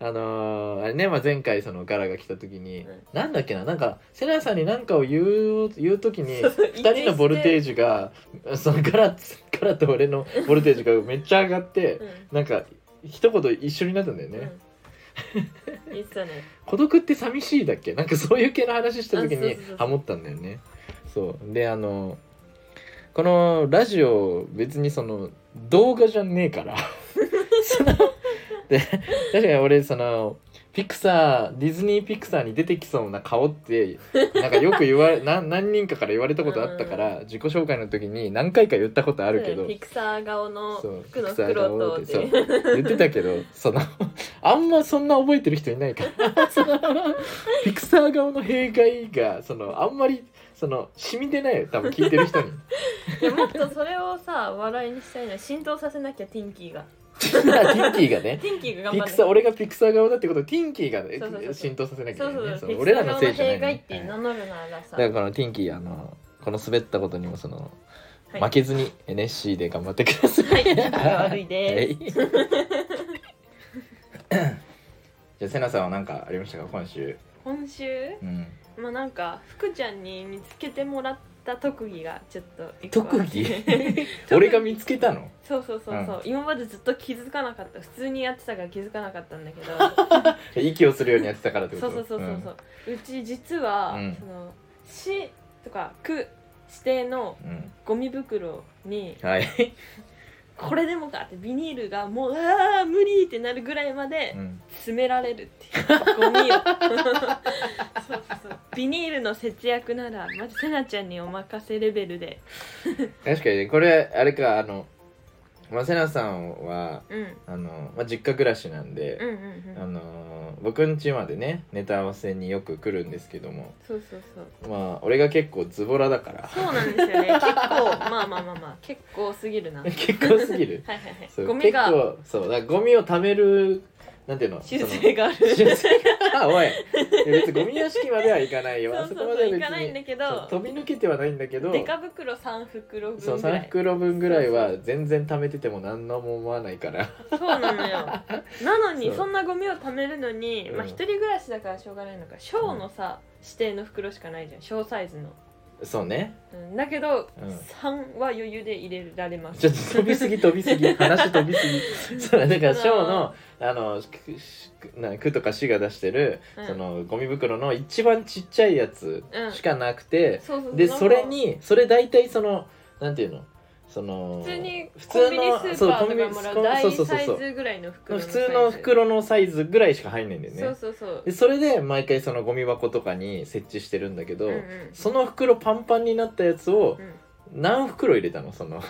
A: あのーあれね、まあ、前回そのガラが来た時に、
B: うん
A: なんだっけななんかセナさんに何かを言う言う時に
B: そうそう
A: 2人のボルテージがそのガラガラと俺のボルテージがめっちゃ上がって
B: ー、
A: なんか一言一緒になったんだよ
B: うん
A: ね、
B: うん、言ってたね
A: 孤独って寂しいだっけなんか そういう系の話した時
B: あ
A: に
B: そうそうそう
A: ハモったんだよねそうであのこ のラジオ別にその動画じゃねえからそので確かに俺そのピクサーディズニーピクサーに出てきそうな顔ってなんかよく言われな何人かから言われたことあったから、自己紹介の時に何回か言ったことあるけど、
B: ピクサー顔の
A: そう
B: 服の袋と
A: ピクサー
B: っ
A: が多
B: て
A: くてそう言ってたけどそのあんまそんな覚えてる人いないから そのピクサー顔の弊害がそのあんまりその染みてないよ多分聞いてる人 に
B: いやもっとそれをさ笑いにしたいのは浸透させなきゃティンキーが
A: ティンキーがね
B: ティンキーが頑
A: ピ
B: 張
A: ク
B: る
A: サー俺がピクサー顔だってことをティンキーがね
B: そうそうそう
A: 浸透させなきゃ
B: そ
A: いけないうね
B: そ
A: そうの
B: ピク
A: 俺
B: サ
A: ら
B: ー
A: の
B: の
A: せいじゃない
B: 弊
A: ね、
B: 害って
A: はい
B: 名乗るなら
A: だ
B: さ、
A: からこのティンキーあのこの滑ったことにもその、
B: はい
A: 負けずに NSC で頑張ってください。
B: はい、気が悪いで
A: はいじゃあセナさんは何かありましたか今週？
B: す。今週、
A: うん、
B: まあなんか福ちゃんに見つけてもらった特技がちょっと一個あ
A: 特
B: って
A: 技俺が見つけたの？
B: そうそうそうそう、今までずっと気づかなかった普通にやってたから気づかなかったんだ けど
A: 息をするようにやってたからってこ
B: そ
A: と？
B: うそうそうそうそう、うち実は、
A: うん
B: その市とか区指定の
A: うん。うん
B: ゴミ袋に
A: はい。
B: これでもかってビニールがもうああ無理ってなるぐらいまで
A: うん
B: 詰められるっていうゴミを そうそうそうビニールの節約ならまずせなちゃんにお任せレベルで
A: 確かにねこれあれかあの、まあ、セナさんは
B: うん
A: あのまあ実家暮らしなんで。
B: うんうんう
A: あ
B: ん
A: のー僕ん家までねネタ合わせによく来るんですけども
B: そうそうそう
A: まあ俺が結構ズボラだから
B: そうなんですよね結構まあまあまあまあ結構すぎるな はい
A: 結構すぎる
B: はいはい
A: そう
B: ゴミ
A: 結
B: が
A: 構そうだからゴミを貯めるなんていうの
B: 修正がある
A: その 修正があおいいや別にゴミ屋敷まではいかないよ
B: そう
A: あ
B: そ
A: そうこま
B: そ
A: で
B: う
A: は別
B: いかないんだ
A: に
B: け
A: そう
B: ど
A: 飛び抜けてはないんだけど
B: デカ袋3袋
A: そう
B: 分ぐら
A: 3
B: い
A: 袋分ぐらいは全然貯めてても何のも思わないから
B: そうな のよなのに
A: そう
B: そんなゴミを貯めるのに
A: うん
B: まあ一人暮らしだからしょうがないのか小のさ指定の袋しかないじゃん小サイズの
A: そうね
B: うんだけど
A: うん
B: 3は余裕で入れられます
A: ちょっと飛びすぎ飛びすぎ話飛びすぎそうだだからショーのあのくしくな区とか市が出してる、
B: うん
A: そのゴミ袋の一番ちっちゃいやつ
B: うん
A: しかなくて、
B: そうそうそう
A: で
B: なんか
A: それにそれ大体そのなんていうのその
B: 普通に
A: 普
B: コン
A: 通
B: ビニ
A: の
B: スーパーとかもらう大
A: そうそう
B: サイ
A: そうそう
B: ズぐらいの袋
A: 普通の袋のサイズぐらいしか入んないんだよね
B: そうそうそう
A: でそれで毎回そのゴミ箱とかに設置してるんだけど、
B: うんうん
A: その袋パンパンになったやつを
B: うん
A: 何袋入れたのその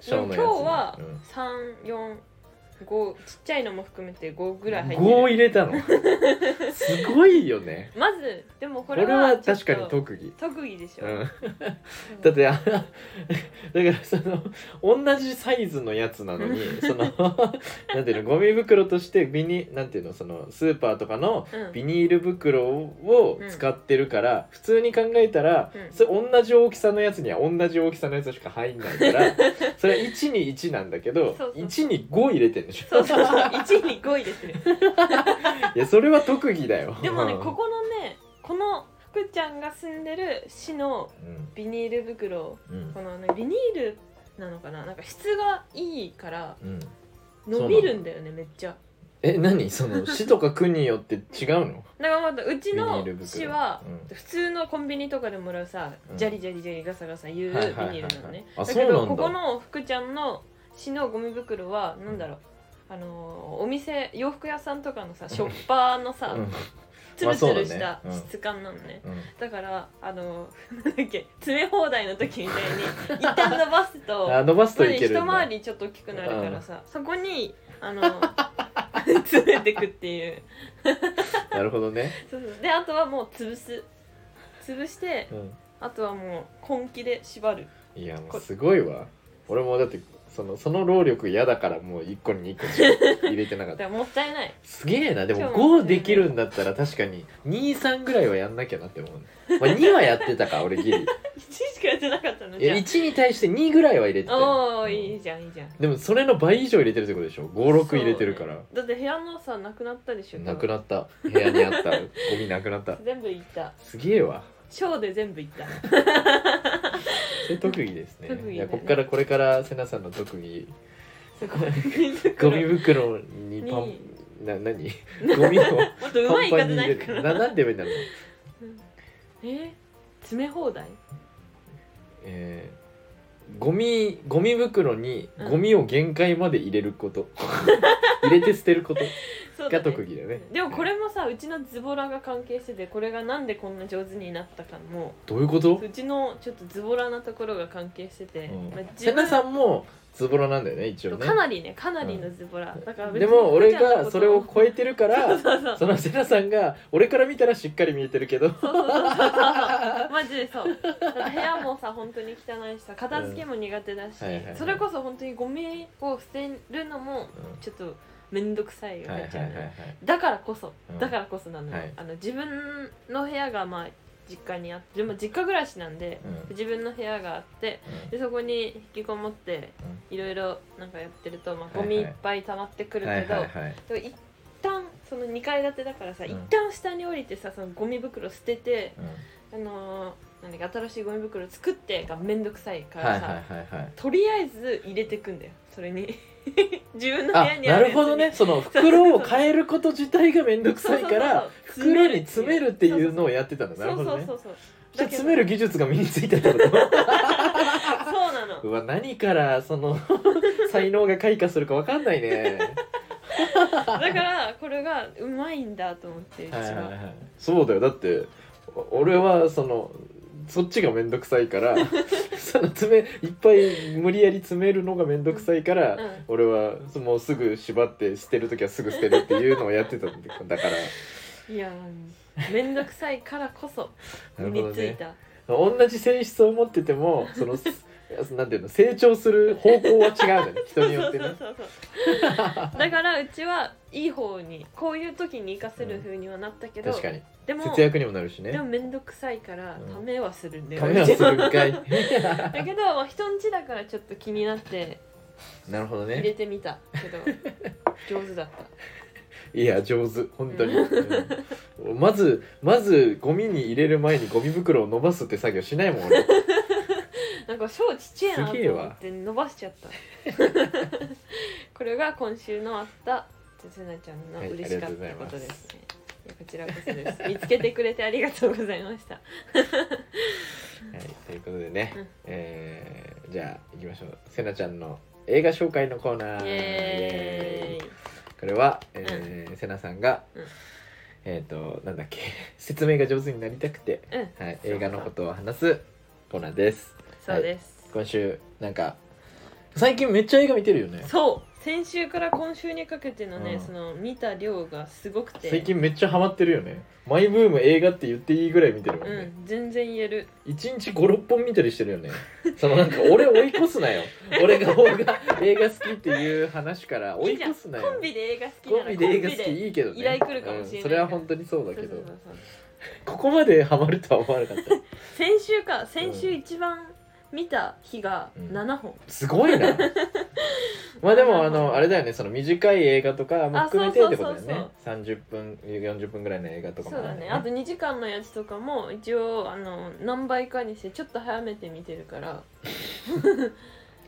A: ショーのやつに
B: 今日は
A: うん
B: 三四五ちっちゃいのも含めて五ぐらい入ってる。
A: 5入れ たのすごいよね
B: まずでもこ
A: こ
B: れ
A: れ
B: は
A: は確かに
B: ちょっ
A: 特技
B: と特技でしょ。
A: うん、
B: うん
A: だってあだからその同じサイズのやつなのにそ のなんていうのゴミ袋としてビニなんていうのそのスーパーとかの
B: うん
A: ビニール袋を使ってるから、普通に考えたら、
B: うん
A: それ同じ大きさのやつには同じ大きさのやつしか入んないから それは1に1なんだけど
B: そうそうそう
A: 1に5入れてるでし
B: そ
A: ょ
B: うそうそう一に五位ですね。
A: いやそれは特技だよ
B: でもね
A: うん
B: ここのねこの福ちゃんが住んでる市のビニール袋
A: うんうん
B: このねビニールなのかななんか質がいいから
A: うん
B: 伸びるんだよねめっちゃ。
A: え何その市とか区によって違うの
B: だからまたうちの
A: ビニール袋
B: 市は
A: う
B: 普通のコンビニとかでもらうさ、
A: うん
B: ジャリジャリジャリガサガサ言うビ
A: はいは
B: ニ
A: いはいはい
B: ールなのね
A: あ
B: だけど
A: そうなんだ
B: ここの福ちゃんの市のゴミ袋はなんだろうあのーお店洋服屋さんとかのさショッパーのさ、
A: うん
B: ツルツルし
A: まあそうだね
B: た
A: うん
B: 質感なのね、
A: うん
B: だからあの ーなんだっけ詰め放題の時みたいに一旦伸ばす と
A: あ伸ばすといけるんだ
B: 一回りちょっと大きくなるからさ、そこにあの ー詰めてくっていう
A: なるほどね、
B: そうそうであとはもう潰す潰して
A: う
B: あとはもう根気で縛る
A: ん、いやもうすごいわ俺もだってそのその労力嫌だからもう1個に2個しか入れてなか
B: だ
A: っ た
B: からもったいない
A: すげえなでも
B: そう
A: 5できるんだったら確かに23ぐらいはやんなきゃなって思う、 まあ、2はやってたか俺ギリ
B: 1しかやってなかったの
A: い
B: じ
A: や
B: ゃ
A: 1に対して2ぐらいは入れてた
B: あ
A: よ
B: おお
A: うん
B: いいじゃんいいじゃん
A: でもそれの倍以上入れてるってことでしょ56入れてるから、
B: だって部屋のさなくなったでしょ
A: なく
B: っ
A: なった部屋にあったゴミなくなった
B: 全部いった
A: すげえわ
B: ショーで全部いった
A: それ特技ですね
B: 特技だね
A: いやこっからこれからセナさんの特技
B: すごい
A: ゴミ袋にパ
B: に
A: ンな何ゴミを
B: もっとうま
A: パン
B: い言い
A: パ
B: 方
A: ンに
B: な
A: 入れ
B: いか
A: る
B: ら
A: ななんで言えばいいんだろう
B: えー詰め放題
A: えゴミゴミ袋に
B: うん
A: ゴミを限界まで入れること 入れて捨てること
B: そうだ
A: が
B: ね
A: 特技だよね
B: でもこれもさうちのズボラが関係しててこれがなんでこんな上手になったかも
A: どういうこと
B: うちのちょっとズボラなところが関係してて、
A: うん
B: まあ自
A: 瀬名
B: 分
A: さんもズボラなんだよね一応ね
B: かなりねかなりのズボラ、だから別に
A: でも俺が
B: こ
A: そ
B: ち
A: れ
B: らの
A: を
B: こと
A: 超えてるから
B: そうそうそ
A: そうの瀬名さんが俺から見たらしっかり見えてるけど
B: マジでそうだから部屋もさ本当に汚いしさ片付けも苦手だし、
A: うんはいはいはい
B: それこそ本当にゴミを捨てるのもちょっと面倒くさいよ
A: はい
B: ね
A: はい
B: ち
A: は
B: ゃ
A: いは
B: う
A: い
B: のよだからこそ
A: うん
B: だからこそなのよ、
A: はい
B: あの自分の部屋がまあ実家にあってでも実家暮らしなんで、
A: うん
B: 自分の部屋があってでそこに引きこもって
A: う
B: いろいろなんかやってると、まあ、
A: はいは
B: ゴ
A: い
B: ミいっぱい溜まってくる
A: んはい
B: けど、
A: はいはい
B: でも一旦その2階建てだからさ、
A: うん
B: 一旦下に降りてさそのゴミ袋捨てて、
A: うん
B: あのーなんだっけ新しいゴミ袋作ってがめんどくさいから
A: はい
B: さ、
A: はいはいはい
B: とりあえず入れてくんだよそれに 自分の部屋
A: あ
B: に
A: な
B: ある
A: る
B: やつに
A: ほどねその袋を変えること自体が面倒くさいから
B: そうそうそう
A: 袋に詰めるっていうのをやってたんだな
B: そ
A: るほ
B: うそ
A: ど
B: う
A: ね
B: そうそう
A: じゃあ
B: だけど
A: 詰める技術が身についたってこと
B: そうなの
A: うわ何からその 才能が開花するかわかんないね。
B: だからこれがうまいんだと思ってうちは,、
A: い、そうだよだってお俺はそのそっちが面倒くさいから その詰めいっぱい無理やり詰めるのが面倒くさいから、
B: うん
A: 俺はそもうすぐ縛って捨てる時はすぐ捨てるっていうのをやってたんだだから
B: い、やーめんどくさいからこそ
A: なる
B: 身
A: ほど
B: につい
A: ね
B: た、
A: 同じ性質を持っててもその なんていうの成長する方向は違うんだね人によってね。
B: そうそうそうそうだからうちはいい方にこういう時に活かせる風にはなったけど、
A: 確かに
B: でも
A: 節約にもなるし
B: でも
A: ね。
B: 面倒くさいから
A: うん
B: ためはするんだよ、
A: カメラするん かい。
B: だけど、まあ、人ん家だからちょっと気になって
A: なるほど
B: 入
A: ね
B: れ。てみたけど上手だった
A: いや上手本当に、
B: う
A: うんまずまずゴミに入れる前にゴミ袋を伸ばすって作業しないもん 俺
B: なんか超ちっちゃいな
A: すげえ
B: と
A: わ
B: 思って伸ばしちゃった これが今週のあったせなちゃんの
A: はい
B: 嬉しか
A: あ
B: っ
A: りがとうござ
B: た
A: い
B: こ
A: ます
B: とですね、いやこちらこそです見つけてくれてありがとうございま した
A: はいということでね、
B: うん
A: えーじゃあ行きましょうせなちゃんの映画紹介のコーナー
B: イ
A: イエ
B: エ
A: ー
B: ー
A: イ
B: イ
A: これは、えーせなさんが、
B: うん
A: えっ、となんだっけ 説明が上手になりたくて、
B: うん
A: はい、映画のことを話すコーナーです
B: そうです、
A: 今週なんか最近めっちゃ映画見てるよね
B: そう先週から今週にかけてのね、
A: うん
B: その見た量がすごくて
A: 最近めっちゃハマってるよねマイブーム映画って言っていいぐらい見てるもん
B: う
A: ね、
B: ん全然言える
A: 一日56本見たりしてるよねそのなんか俺追い越すな よ俺が俺が映画好きっていう話から追い越すなよ
B: コンビで映画好きなら
A: コンビで映画好きいいけどね
B: 依頼来るかもしれないから
A: うんそれは本当にそうだけ
B: そうそ
A: ど
B: うそうそう
A: ここまでハマるとは思わなかった
B: 先週か先週一番見た日が
A: うん
B: 7本、
A: すごい なまあでもあのあれだよねその短い映画とかも含めてってことだよ
B: あ
A: ね
B: そう
A: 30分40分ぐらいの映画とかも
B: そうだねあと2時間のやつとかも一応あの何倍かにしてちょっと早めて見てるから、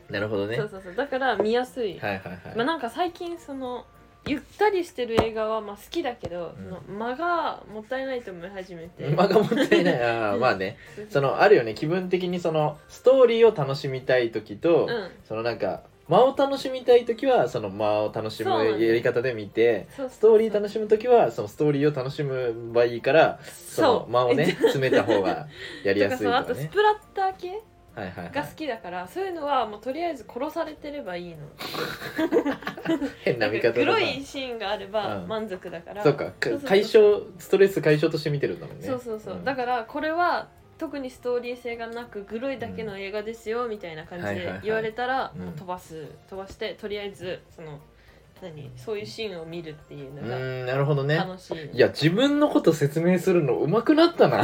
A: なるほどね
B: そうそうそうだから見やすい、
A: はいはいはい、
B: まあなんか最近そのゆったりしてる映画はまあ好きだけど、
A: うん
B: その間がもったいないと思い始めて
A: 間がもったい ないあーまあね
B: そうそ
A: そうのあるよね気分的にそのストーリーを楽しみたい時と、
B: うん
A: そのなんか間を楽しみたい時はその間を楽しむ
B: そうなんだよ
A: やり方で見て
B: そう
A: ストーリー楽
B: し
A: しむ時はそのストーリーを楽しむばいいからその間をね詰めた方がやりやすい
B: と
A: と
B: か
A: か
B: そうあ とス
A: ね
B: プラッター系
A: はいはい、は
B: が
A: い
B: 好、きだから、そういうのはもうとりあえず殺されてればい いの
A: 変な見方だな
B: 黒いシーンがあれば
A: うん
B: 満足だから、
A: そうかか
B: そうそうそう
A: 解消ストレス解消として見てるんだもんね
B: そうそうそう、
A: ん
B: だからこれは特にストーリー性がなくグロいだけの映画ですよみたいな感じ
A: はいはいは
B: で
A: い
B: 言われたら
A: うん
B: もう飛ばす飛ばしてとりあえずその何そういうシーンを見るっていう
A: う
B: のが
A: ーんなるほどね
B: 楽しい、
A: いや自分のこと説明するの上手くなった な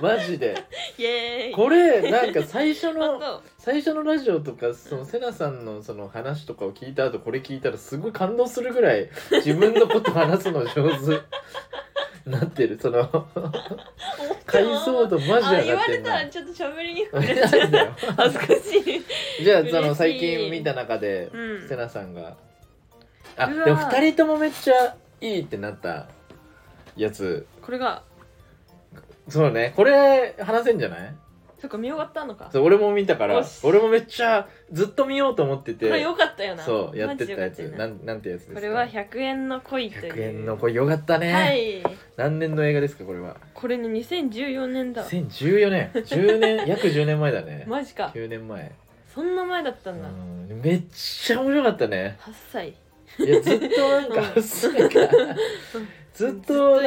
A: マジで
B: イエーイ
A: これなんか最初
B: 本
A: の
B: 当
A: 最初のラジオとかそのセナさんのその話とかを聞いた後これ聞いたらすごい感動するぐらい自分のこと話すの上手なってるその解像度マジ
B: あ
A: で上
B: 言
A: がっ
B: わ
A: て
B: れ
A: ん
B: た
A: な
B: らちょっとしゃべりにく
A: マ
B: い
A: ジだよ
B: 恥ずかしい
A: じゃあ
B: 嬉しい
A: その最近見た中で
B: うん
A: セナさんがあ
B: うわ
A: でも2人ともめっちゃいいってなったやつ
B: これが
A: そうねこれ話せんじゃない
B: そっか見終わったのか
A: そう俺も見たから
B: よし
A: 俺もめっちゃずっと見ようと思って
B: こ
A: て
B: れ良かったよな
A: そうやってたやつ
B: マジ良か
A: な
B: よ
A: んなんてやつです
B: な
A: か
B: これは100円の恋という
A: 100円のこれよかったね、
B: はい
A: 何年の映画ですかこれは
B: これね2014年だ
A: 2014年10年 約10年前だね
B: マジか
A: 9年前
B: そんな前だったんだ
A: うんめっちゃ面白かったね
B: 8歳
A: いやずっとなんかなんかずっとな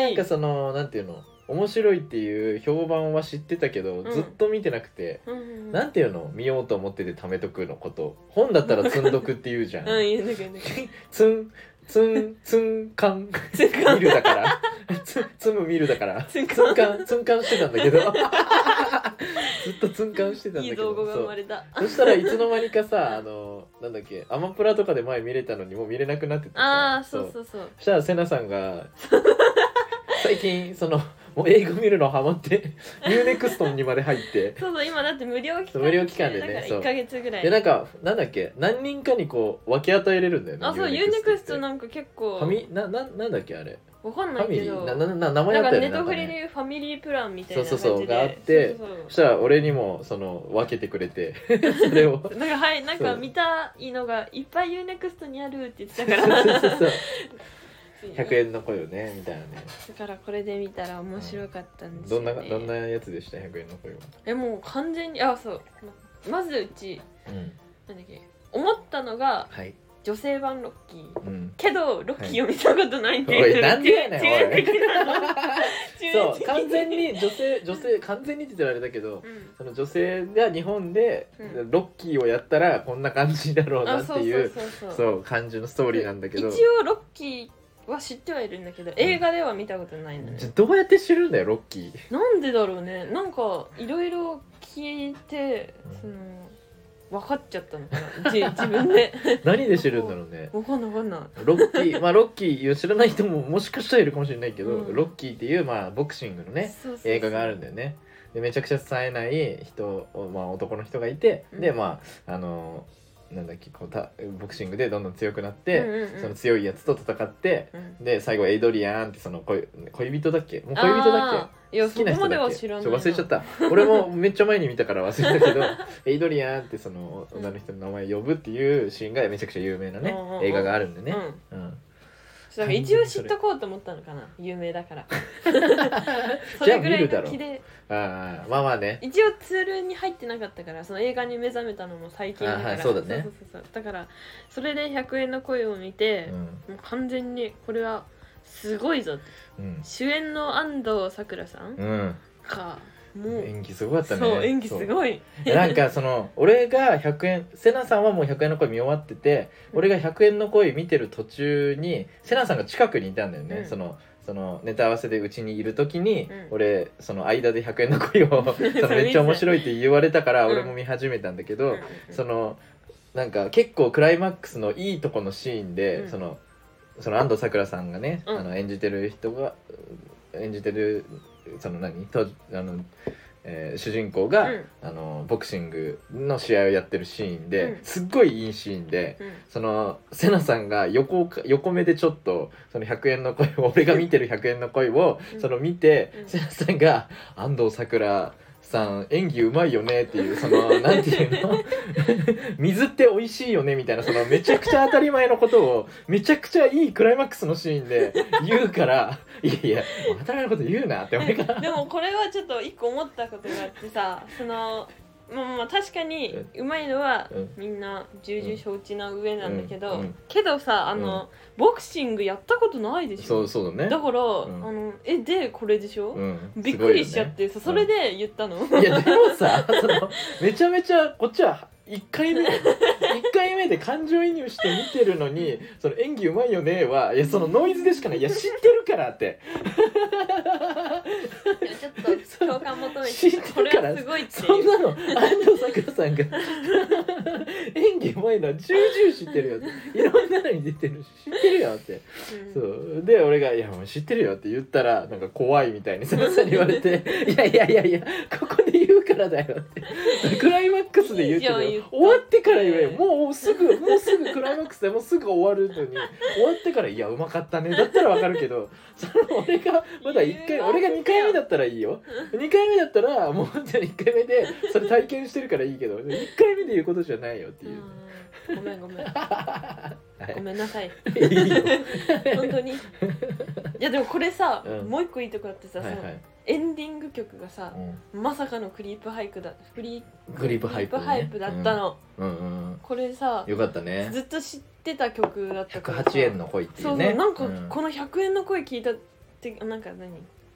A: んか
B: ず
A: そのなんていうの面白いっていう評判は知ってたけど、
B: うん
A: ずっと見てなくて、
B: うんうん
A: なんていうの見ようと思ってて貯めとくのこと本だったら積んどくって言うじゃん、
B: うん言うんだけどね
A: ツンツンツンカン
B: つうか
A: 見るだからツツム見るだから
B: つんかん
A: ツンカンツンカンしてたんだけど ずっとツンカンしてたんだ
B: い
A: け
B: い
A: ど
B: 造語が
A: そ
B: 生
A: う
B: まれた
A: そしたらいつの間にかさあのなんだっけアマプラとかで前見れたのにもう見れなくなっててさ
B: ああそうそうそう
A: そしたらセナさんが 最近そのもう映画見るのハマ ってニューネクストンにまで入って
B: そうそう今だって無料期間
A: 無料期間でね
B: だから
A: そう
B: 1ヶ月ぐら
A: で
B: い
A: なんかなんだっけ何人かにこう分け与えれるんだよね
B: あそうユーネクスト
A: の
B: なんか結構
A: ファミなななんだっけあれ
B: わかん
A: フ
B: な
A: ァ
B: い
A: ミ
B: け
A: リー
B: どな
A: なんなな名前あっ
B: か
A: たよ
B: ネ
A: ね
B: ットフリ
A: なんかね
B: でファミリープランみたいな感じで
A: そうそうそうがあって
B: そうそう
A: そし
B: そ
A: たら俺にもその分けてくれ てそれを
B: うなんかはいなん
A: そ
B: か
A: う
B: 見たいのがいっぱいユーネクストにあるって言って
A: そ
B: たか
A: うそう
B: ら
A: そう100円 の声をねみたいなね
B: だからこれで見たら面白かったんです
A: ど
B: よ、
A: ん
B: ね
A: などんなやつでした100円の声は、
B: えもう完全にあそうままずうち
A: うん、
B: なんだっけ思ったのが
A: はい、
B: 女性版ロッキー
A: うん、
B: けどロッキーを見たことないっ て
A: お
B: い
A: いうなんでやねん
B: 違 う
A: おい
B: 違う違う違う
A: そう完全に女性女性完全にって言ったらあれだけど
B: うん
A: その女性が日本で
B: う
A: ロッキーをやったらこんな感じだろうな
B: あ
A: って
B: そう
A: い
B: そううそうそう
A: そう感じのストーリーなんだけど
B: 一応ロッキーは知ってはいるんだけど映画では見たことないのね
A: じゃあどうやって知るんだよロッキー
B: なんでだろうねなんかいろいろ聞いてその分かっちゃったのかなじ自分 で
A: 何で知るんだろうね
B: 分かんない分かんない
A: ロッキーまあロッキーを知らない人ももしかしたらいるかもしれないけど、
B: うん
A: ロッキーっていうまあボクシングのね
B: そうそうそう
A: 映画があるんだよねでめちゃくちゃ冴えない人を、まあ、男の人がいて、
B: うん
A: でまああのなんだっけこうたボクシングでどんどん強くなっ
B: うん
A: て、
B: うんうん
A: その強いやつと戦って
B: うん
A: で最後エイドリアンってその恋恋人だっけもう恋人だっけ
B: けいや
A: 好き
B: そ
A: な
B: こ
A: 人
B: まで
A: だっ
B: は
A: け
B: 知
A: ち
B: ら
A: ょっ
B: ない
A: と
B: な
A: 忘れちゃった俺もめっちゃ前に見たから忘れたけど エイドリアンってその女の人の名前呼ぶっていうシーンがめちゃくちゃ有名なね
B: うんうんうん
A: 映画があるんでね
B: うん、
A: うん
B: そうだから一応知っとこうと思ったのかな有名だから そ
A: じゃあ
B: れぐ
A: 見
B: らい
A: るだ
B: の
A: ろう
B: 気で
A: ああまあまあね
B: 一応ツールに入ってなかったからその映画に目覚めたのも最近だから
A: あはいそうだね
B: そうそうそうだからそれで「100円の声」を見て
A: う、ん
B: もう完全にこれはすごいぞって
A: うん、
B: 主演の安藤サクラさん
A: うん
B: か、もう
A: 演技すごかったね
B: そう演技す
A: そう
B: ごい
A: なんかその俺が100円セナさんはもう100円の恋見終わってて俺が100円の恋見てる途中にセナさんが近くにいたんだよね、
B: うん
A: そのそのネタ合わせでうちにいる時に、
B: うん
A: 俺その間で100円の恋をそ
B: そ
A: の
B: れ
A: めっちゃ面白いって言われたから
B: うん
A: 俺も見始めたんだけど、
B: うんうんうん
A: そのなんか結構クライマックスのいいとこのシーンで、
B: うん
A: そのその安藤サクラさんがね、
B: うん
A: あの演じてる人が演じてるその何とあの、えー主人公が、
B: うん
A: あのボクシングの試合をやってるシーンで、
B: うん
A: すっごいいいシーンで。
B: うん
A: そのセナさんが横か横目でちょっとその100円の恋 を俺が見てる100円の恋を
B: うん
A: その見て、
B: うん
A: セナさんが「安藤サクラさん演技うまいよね」っていうそ のなんていうの 水って美味しいよねみたいなそのめちゃくちゃ当たり前のことをめちゃくちゃいいクライマックスのシーンで言うから「いやいやもう当たり前のこと言うな」って思いが
B: でもこれはちょっと一個思ったことがあってさそのまあまあまあ確かにうまいのは
A: うん
B: みんな重々承知な上なんだけど、
A: うんうん
B: けどさあの、ボクシングやったことないでしょ
A: そうそうだね
B: だ。か
A: ん
B: ら、あのえでこれでしょ、
A: うん
B: びっ
A: すご
B: く
A: いよ
B: り
A: ね
B: しちゃってさ、それで言ったの、
A: いやでもさそのめちゃめちゃこっちは1回目一回目で感情移入して見てるのにその演技うまいよねはいやそのノイズでしかないいや知ってるからって
B: ちょっと共感 求め
A: 知っててる
B: たこれ
A: から
B: はすごいって
A: そ
B: い
A: ん
B: う
A: なの安藤サクラさんが 演技うまいのは重々知ってるよっていろんなのに出てるし知ってるよって
B: うん
A: そうで俺 が「いやもう知ってるよ」って言ったらなんか怖いみたいにさらさに言われて「いやいやいやいやここで言うからだよってクライマックスで言うけど
B: いいじゃん言った
A: 終わってから言えよもうすぐもうすぐクライマックスでもうすぐ終わるのに終わってから「いやうまかったね」だったらわかるけどその俺がまだ1
B: 言
A: 回
B: うわ
A: 俺が2回目だったらいいよ2回目だったらもう本当に1回目でそれ体験してるからいいけど1回目で言うことじゃないよっていう。
B: うんごめんごめん
A: はい
B: ごめんなさい
A: い いよ
B: 本当にいやでもこれさ、
A: うん
B: もう一個いいとこあってさ、
A: はい
B: そ
A: は
B: の
A: い、
B: エンディング曲がさ
A: う、ん
B: まさかのクリープハイクだクリ
A: グリップハイプ、
B: クリープハイプだった、の、
A: うん、うんうんうん
B: これさ
A: よかったね
B: ずっと知ってた曲だったからさ
A: 108円の恋ってい
B: そううそう
A: ね
B: なんか
A: う
B: この100円の声聞いたってなんか何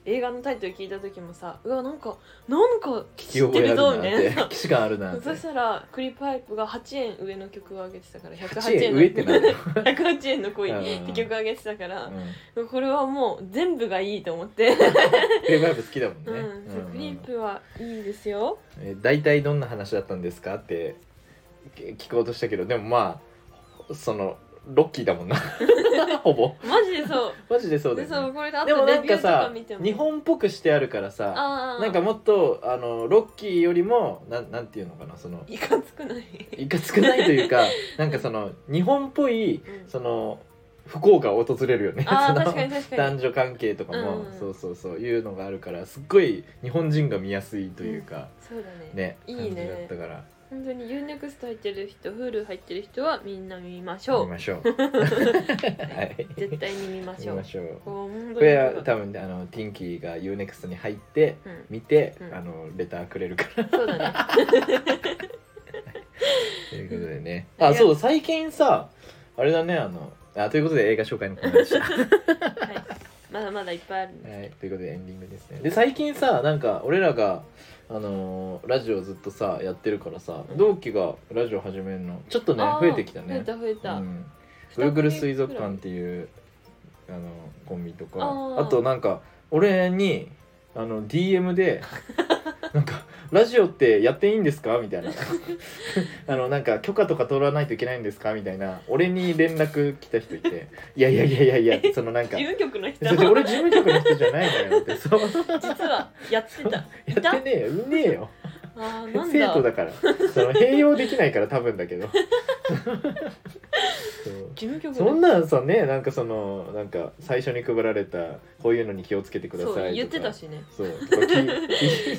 B: 映画のタイトル聞いた時もさうわなんかなんか知ってるぞみたいな
A: 既視感あるなって
B: そしたらクリップハイプが8円上の曲を上げてたから
A: 8
B: 108
A: 円上って
B: 円
A: な
B: の
A: る、
B: 108円の恋
A: うん
B: って曲上げてたから
A: う、ん、
B: これはもう全部がいいと思って、
A: クリープハイプ好きだもんね、
B: うんそうクリップはいいですよ
A: え大体どんな話だったんですかってけ聞こうとしたけどでもまあそのロッキーだもん なほぼ
B: マジでそう
A: マジでそうだ
B: で
A: よ
B: そ
A: ね
B: うこれであ
A: でも
B: と
A: な
B: レ
A: ん
B: ビュ
A: か
B: ーとか
A: さ
B: 見ても
A: 日本っぽくしてあるからさ
B: あー
A: なんかもっとあのロッキーよりもなんなんていうのかなその
B: いかつくない
A: いかつくないという かなんかその日本っぽい
B: うん
A: その不幸が訪れるよね
B: あ
A: そ
B: あ
A: の
B: 確かに確かに
A: 男女関係とかも、
B: うんうん
A: そうそうそういうのがあるからすっごい日本人が見やすいというか、
B: そうだ
A: ね
B: ねいい
A: 感じ
B: ね
A: だったから
B: 本当に UNEXT 入ってる人 Hulu 入ってる人はみんな見ましょ
A: 見
B: う
A: まし ょうはい
B: 絶対に見まし
A: 見
B: ょう
A: ましょう
B: こう本
A: こ
B: 当に
A: れは多分ねあのティンキーが UNEXT に入って
B: うん
A: 見て、
B: うん
A: あのレターくれるから
B: そうだね
A: ということでね
B: うん
A: あそう最近さあれだねあのあということで映画紹介のコーナーでした
B: はいまだまだいっぱいあるんで
A: はい、ということでエンディングですねで最近さなんか俺らが、あのーラジオずっとさやってるからさ
B: うん
A: 同期がラジオ始めるのちょっとね
B: あー
A: 増えてきたね
B: 増えた増えた
A: うん、
B: 二組
A: Google 水族館っていうあのコンビとか
B: あ
A: あ
B: ー
A: となんか俺にあの DM で なんか「ラジオってやっていいんですか?」みたいな あのなんか許可とか取らないといけないんですかみたいな俺に連絡来た人いて「いやいやいやいやいや」そのなんか
B: 事務局の人
A: だって俺事務局の人じゃないのよっ てそう
B: 実はやって たいた
A: やってねえよいねえよ
B: あーなん
A: 生徒
B: だ
A: だからその併用できないから多分だけ どそう
B: 事務局
A: そん
B: の
A: なんさねなんかそのなんか最初に配られたこういうのに気をつけてくださいと
B: そ
A: か
B: う言ってたしね
A: そうとかき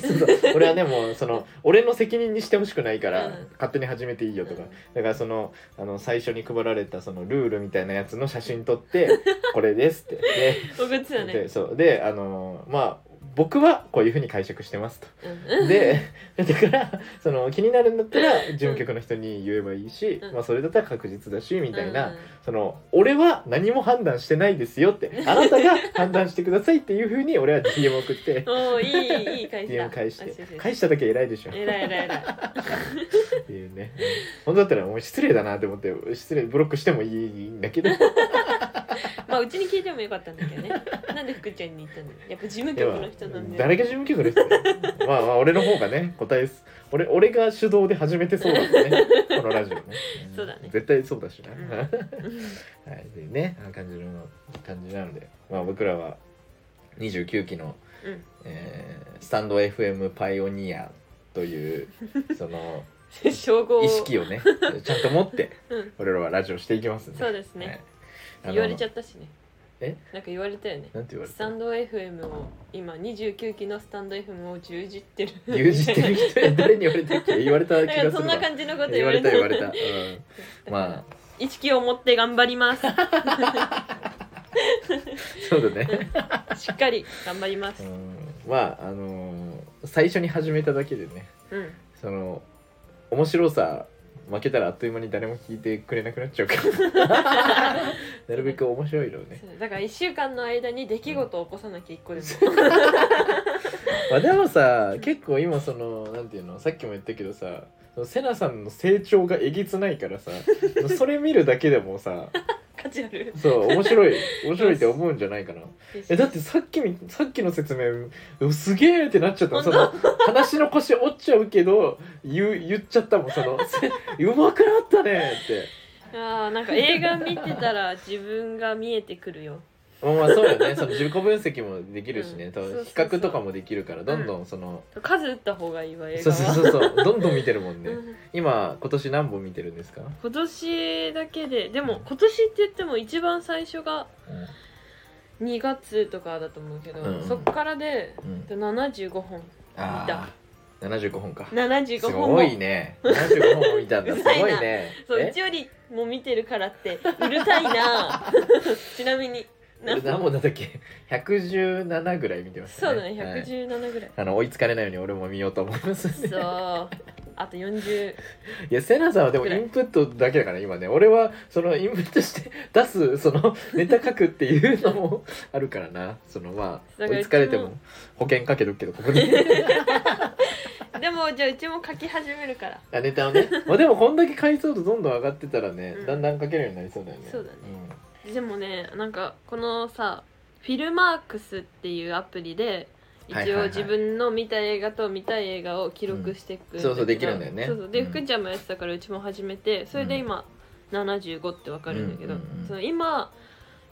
A: そう俺はねもうその俺の責任にしてほしくないから、
B: うん
A: 勝手に始めていいよとか、
B: うん
A: だからそのあの最初に配られたそのルールみたいなやつの写真撮 って「これです」ってで
B: 送ってたね
A: でそうであのーまあ僕はこういうふうに解釈してますと。
B: うん
A: で だからその気になるんだったら事務局の人に言えばいいし、
B: うん
A: まあ、それだったら確実だしみたいな、
B: うん
A: その俺は何も判断してないですよってあなたが判断してくださいっていうふうに俺 は DM 送って
B: おーいいいい 返し
A: DM
B: た
A: 返し
B: あそう
A: て
B: そう
A: 返しただけ偉いでしょ
B: えらいえらいえらい
A: っていうね、うん本当だったらもう失礼だなって思って失礼ブロックしてもいいんだけど
B: まあうちに聞いてもよかったんだけどね なんで福ちゃんに言ったのやっぱ事務局の人なんだよ
A: 誰が事務局 の人まあまあ俺の方がね答えです俺俺が主導で始めてそうだもん ねこのラジオねん
B: そうだね
A: 絶対そうだしな、
B: うん
A: は
B: うん
A: いでねあ感じの感じなのでまあ僕らは29期の、
B: うん
A: えースタンド FM パイオニアという その
B: 称号を
A: 意識をねちゃんと持って
B: うん
A: 俺らはラジオしていきますんで
B: そうですね、
A: はいあの
B: 言われちゃったしね
A: え
B: なんか言われたよね
A: なんて言われ
B: ス
A: た
B: タンド FM を今29期のスタンド FM を牛耳ってる
A: 牛耳ってる人に誰に言われたっけ言われた気がす
B: なん
A: る
B: かそん
A: わ
B: な感じのこと
A: 言
B: 言
A: わ
B: わ
A: れ
B: れ
A: た
B: た
A: 言われた、 うん、まあ
B: 意識を持って頑張り ます
A: そうだね、
B: しっかり頑張ります
A: うん、まああのー最初に始めただけでね
B: うん
A: その面白さ負けたらあっという間に誰も聞いてくれなくなっちゃうから なるべく面白いのをね
B: そうだから1週間の間に出来事を起こさなきゃ1個でも
A: まあでもさ結構今そのなんていうのさっきも言ったけどさそのセナさんの成長がえげつないからさそれ見るだけでもさ
B: 価値ある
A: そう面白い面白いって思うんじゃないかなえだってさっきみさっきの説明うわすげえってなっちゃったのそ
B: 本
A: の話の腰折っちゃうけど言う言っちゃったもんその せうまくなったねって
B: あーなんか映画見てたら自分が見えてくるよ
A: うまあそうよねその自己分析もできるしね、
B: うん
A: 多
B: そうそ
A: 分
B: う
A: 比
B: そう
A: 較とかもできるからどんどんその、
B: 数打った方がいいわ映
A: そ
B: 画
A: う
B: は
A: そうそうそうどんどん見てるもんね、
B: うん
A: 今今年何本見てるんですか、
B: 今年だけででも今年って言っても一番最初が2月とかだと思うけど、
A: うん
B: そっからで
A: うんうん
B: 75本
A: ああ75本か
B: 75
A: す
B: 本も
A: ごいね75本も見 たんだ
B: う
A: すご
B: るさ
A: い
B: いな
A: ね
B: そう
A: え
B: うちよりも見てるからってうるさいな ちなみに
A: 俺何本だったっけ117ぐらい見てました
B: そう
A: ね
B: だね
A: はい
B: 117ぐらい、
A: あの追いつかれないように俺も見ようと思います んで
B: そうあと40
A: いやセナさんはでも
B: ぐ
A: イ
B: らい
A: ンプットだけだから今ね俺はそのインプットして出すそ のネタ書くっていうのも あるからなそのまあ
B: だから
A: 追いつかれて
B: うち
A: も保険かけとくけどここ に
B: でもじゃあうちも書き始めるから
A: あネタをねまあでもこんだけ回数とどんどん上がってたらね、
B: うん
A: だんだん書けるようになりそうだよね
B: そうだねでもねなんかこのさフィルマークスっていうアプリで
A: はい
B: 一
A: はいは
B: 応
A: い
B: 自分の見た映画と見たい映画を記録していくんだけど、
A: うんそうそうできるんだよね
B: そうそうで、
A: うん
B: 福ちゃんもやってたからうちも始めてそれで今、75ってわかるんだけど、
A: うんうんうん
B: その今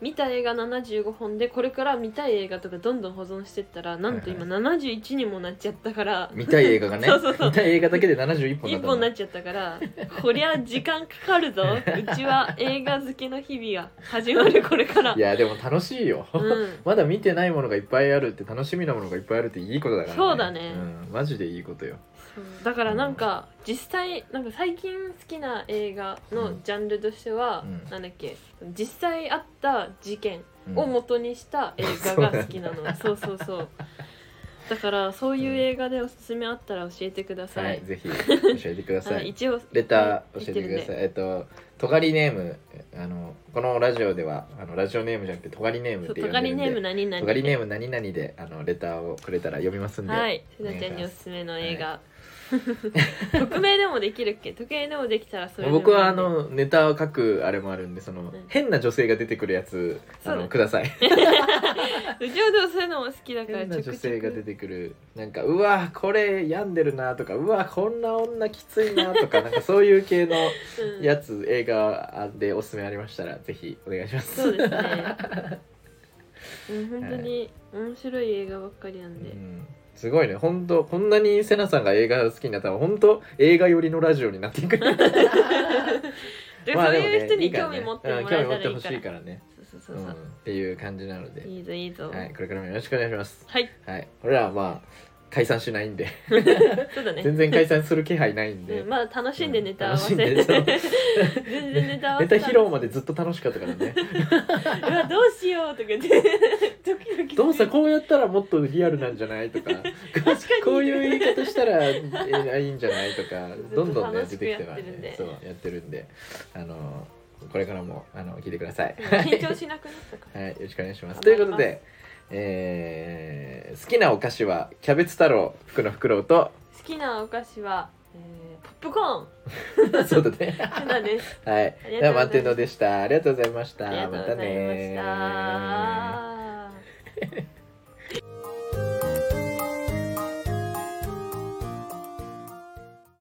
B: 見た映画75本でこれから見たい映画とかどんどん保存してったらなんと今
A: は
B: 71にもなっちゃったから
A: うん見たい映画がね
B: そうそうそう
A: 見たい映画だけで71本だ
B: 一
A: ったん
B: 本に
A: だ
B: なっちゃったからこりゃ時間かかるぞうちは映画好きの日々が始まるこれから
A: いやでも楽しいよ、
B: うん
A: まだ見てないものがいっぱいあるって楽しみなものがいっぱいあるっていいことだからね
B: そうだね
A: うん、マジでいいことよ
B: そうだからなんか実際なんか最近好きな映画のジャンルとしては、
A: うん
B: なんだっけ実際あった事件
A: うん
B: を元にした映画が好 きなの、そうそうそうだからそういう映画でおすすめあったら教えてください、
A: はいぜひ教えてくだ
B: は
A: さ
B: い
A: い
B: 一応
A: レター教えて
B: 言
A: く
B: る
A: だ
B: ん
A: さ
B: で
A: い。えっと、とがりネーム、あの、このラジオでは、あの、ラジオネームじゃなくて、とがりネームっ
B: そう
A: て
B: と
A: 呼ん
B: が
A: でる
B: り
A: ん
B: ネーム
A: で。
B: 何々
A: とがりネーム
B: ム
A: 何々で、あの、レターをくれたら読みますんで。
B: はいせなちゃんにおすすめの映画 匿名でもできるっけ匿名でもできたらそれでもいいんで
A: 僕はあ のネタを書くあれもあるんでその
B: ん
A: 変な女性が出てくるやつあ
B: そうだ
A: のください
B: うちはでもそういうのも好きだから
A: 変な女性が出
B: て
A: てくるなんかうわこれ病んでるなとかうわこんな女きついなとかなんかそういう系のやつ映画でおすすめありましたらぜひお願いします
B: そうですね。うん本当に面白い映画ばっかりなんで、
A: うんすごいね本当こんなにセナさんが映画好きになったら本当映画寄りのラジオになって いく
B: で
A: まあ
B: そう
A: でもね
B: いう人に
A: から
B: 興
A: ね
B: 味持ってもらえたら
A: うん興味
B: い
A: 持って
B: いか
A: ほしい
B: ら
A: からね
B: そうそううそ
A: んっ
B: う、
A: ていう感じなので
B: いいぞいいぞ、
A: はいこれからもよろしくお願いします
B: はい、
A: はい俺らはまあ解散しないんで
B: そうだね
A: 全然解散する気配ないんで、
B: うん、まだ楽しんでネタ合わせ、
A: うん 楽しんで
B: 全然ネタ合わ
A: ネ
B: せ
A: タ披露までずっと楽しかったからね
B: うわどうしようとか言って ドキドキ
A: どうさこうやったらもっとリアルなんじゃないとかこういう言い方したらえーいいんじゃないと か
B: ずっと
A: どんどんね
B: 楽
A: 出
B: しく
A: てき
B: やってて
A: る
B: るんで
A: そうやってるんであのこれからもあの聞いてください。
B: 緊張しなくなった か
A: はい、よろしくお願いします。とい
B: 頑張りま
A: う
B: す
A: ことで、えー好きなお菓子はキャベツ太郎、福の袋 と、
B: 好きなお菓子は、えー、ポップコ ーン
A: そうだね。
B: そうだね
A: はい
B: ありがとうございま、す
A: では満点のでした。ありがとうございました。
B: ありがとうございました
A: またねー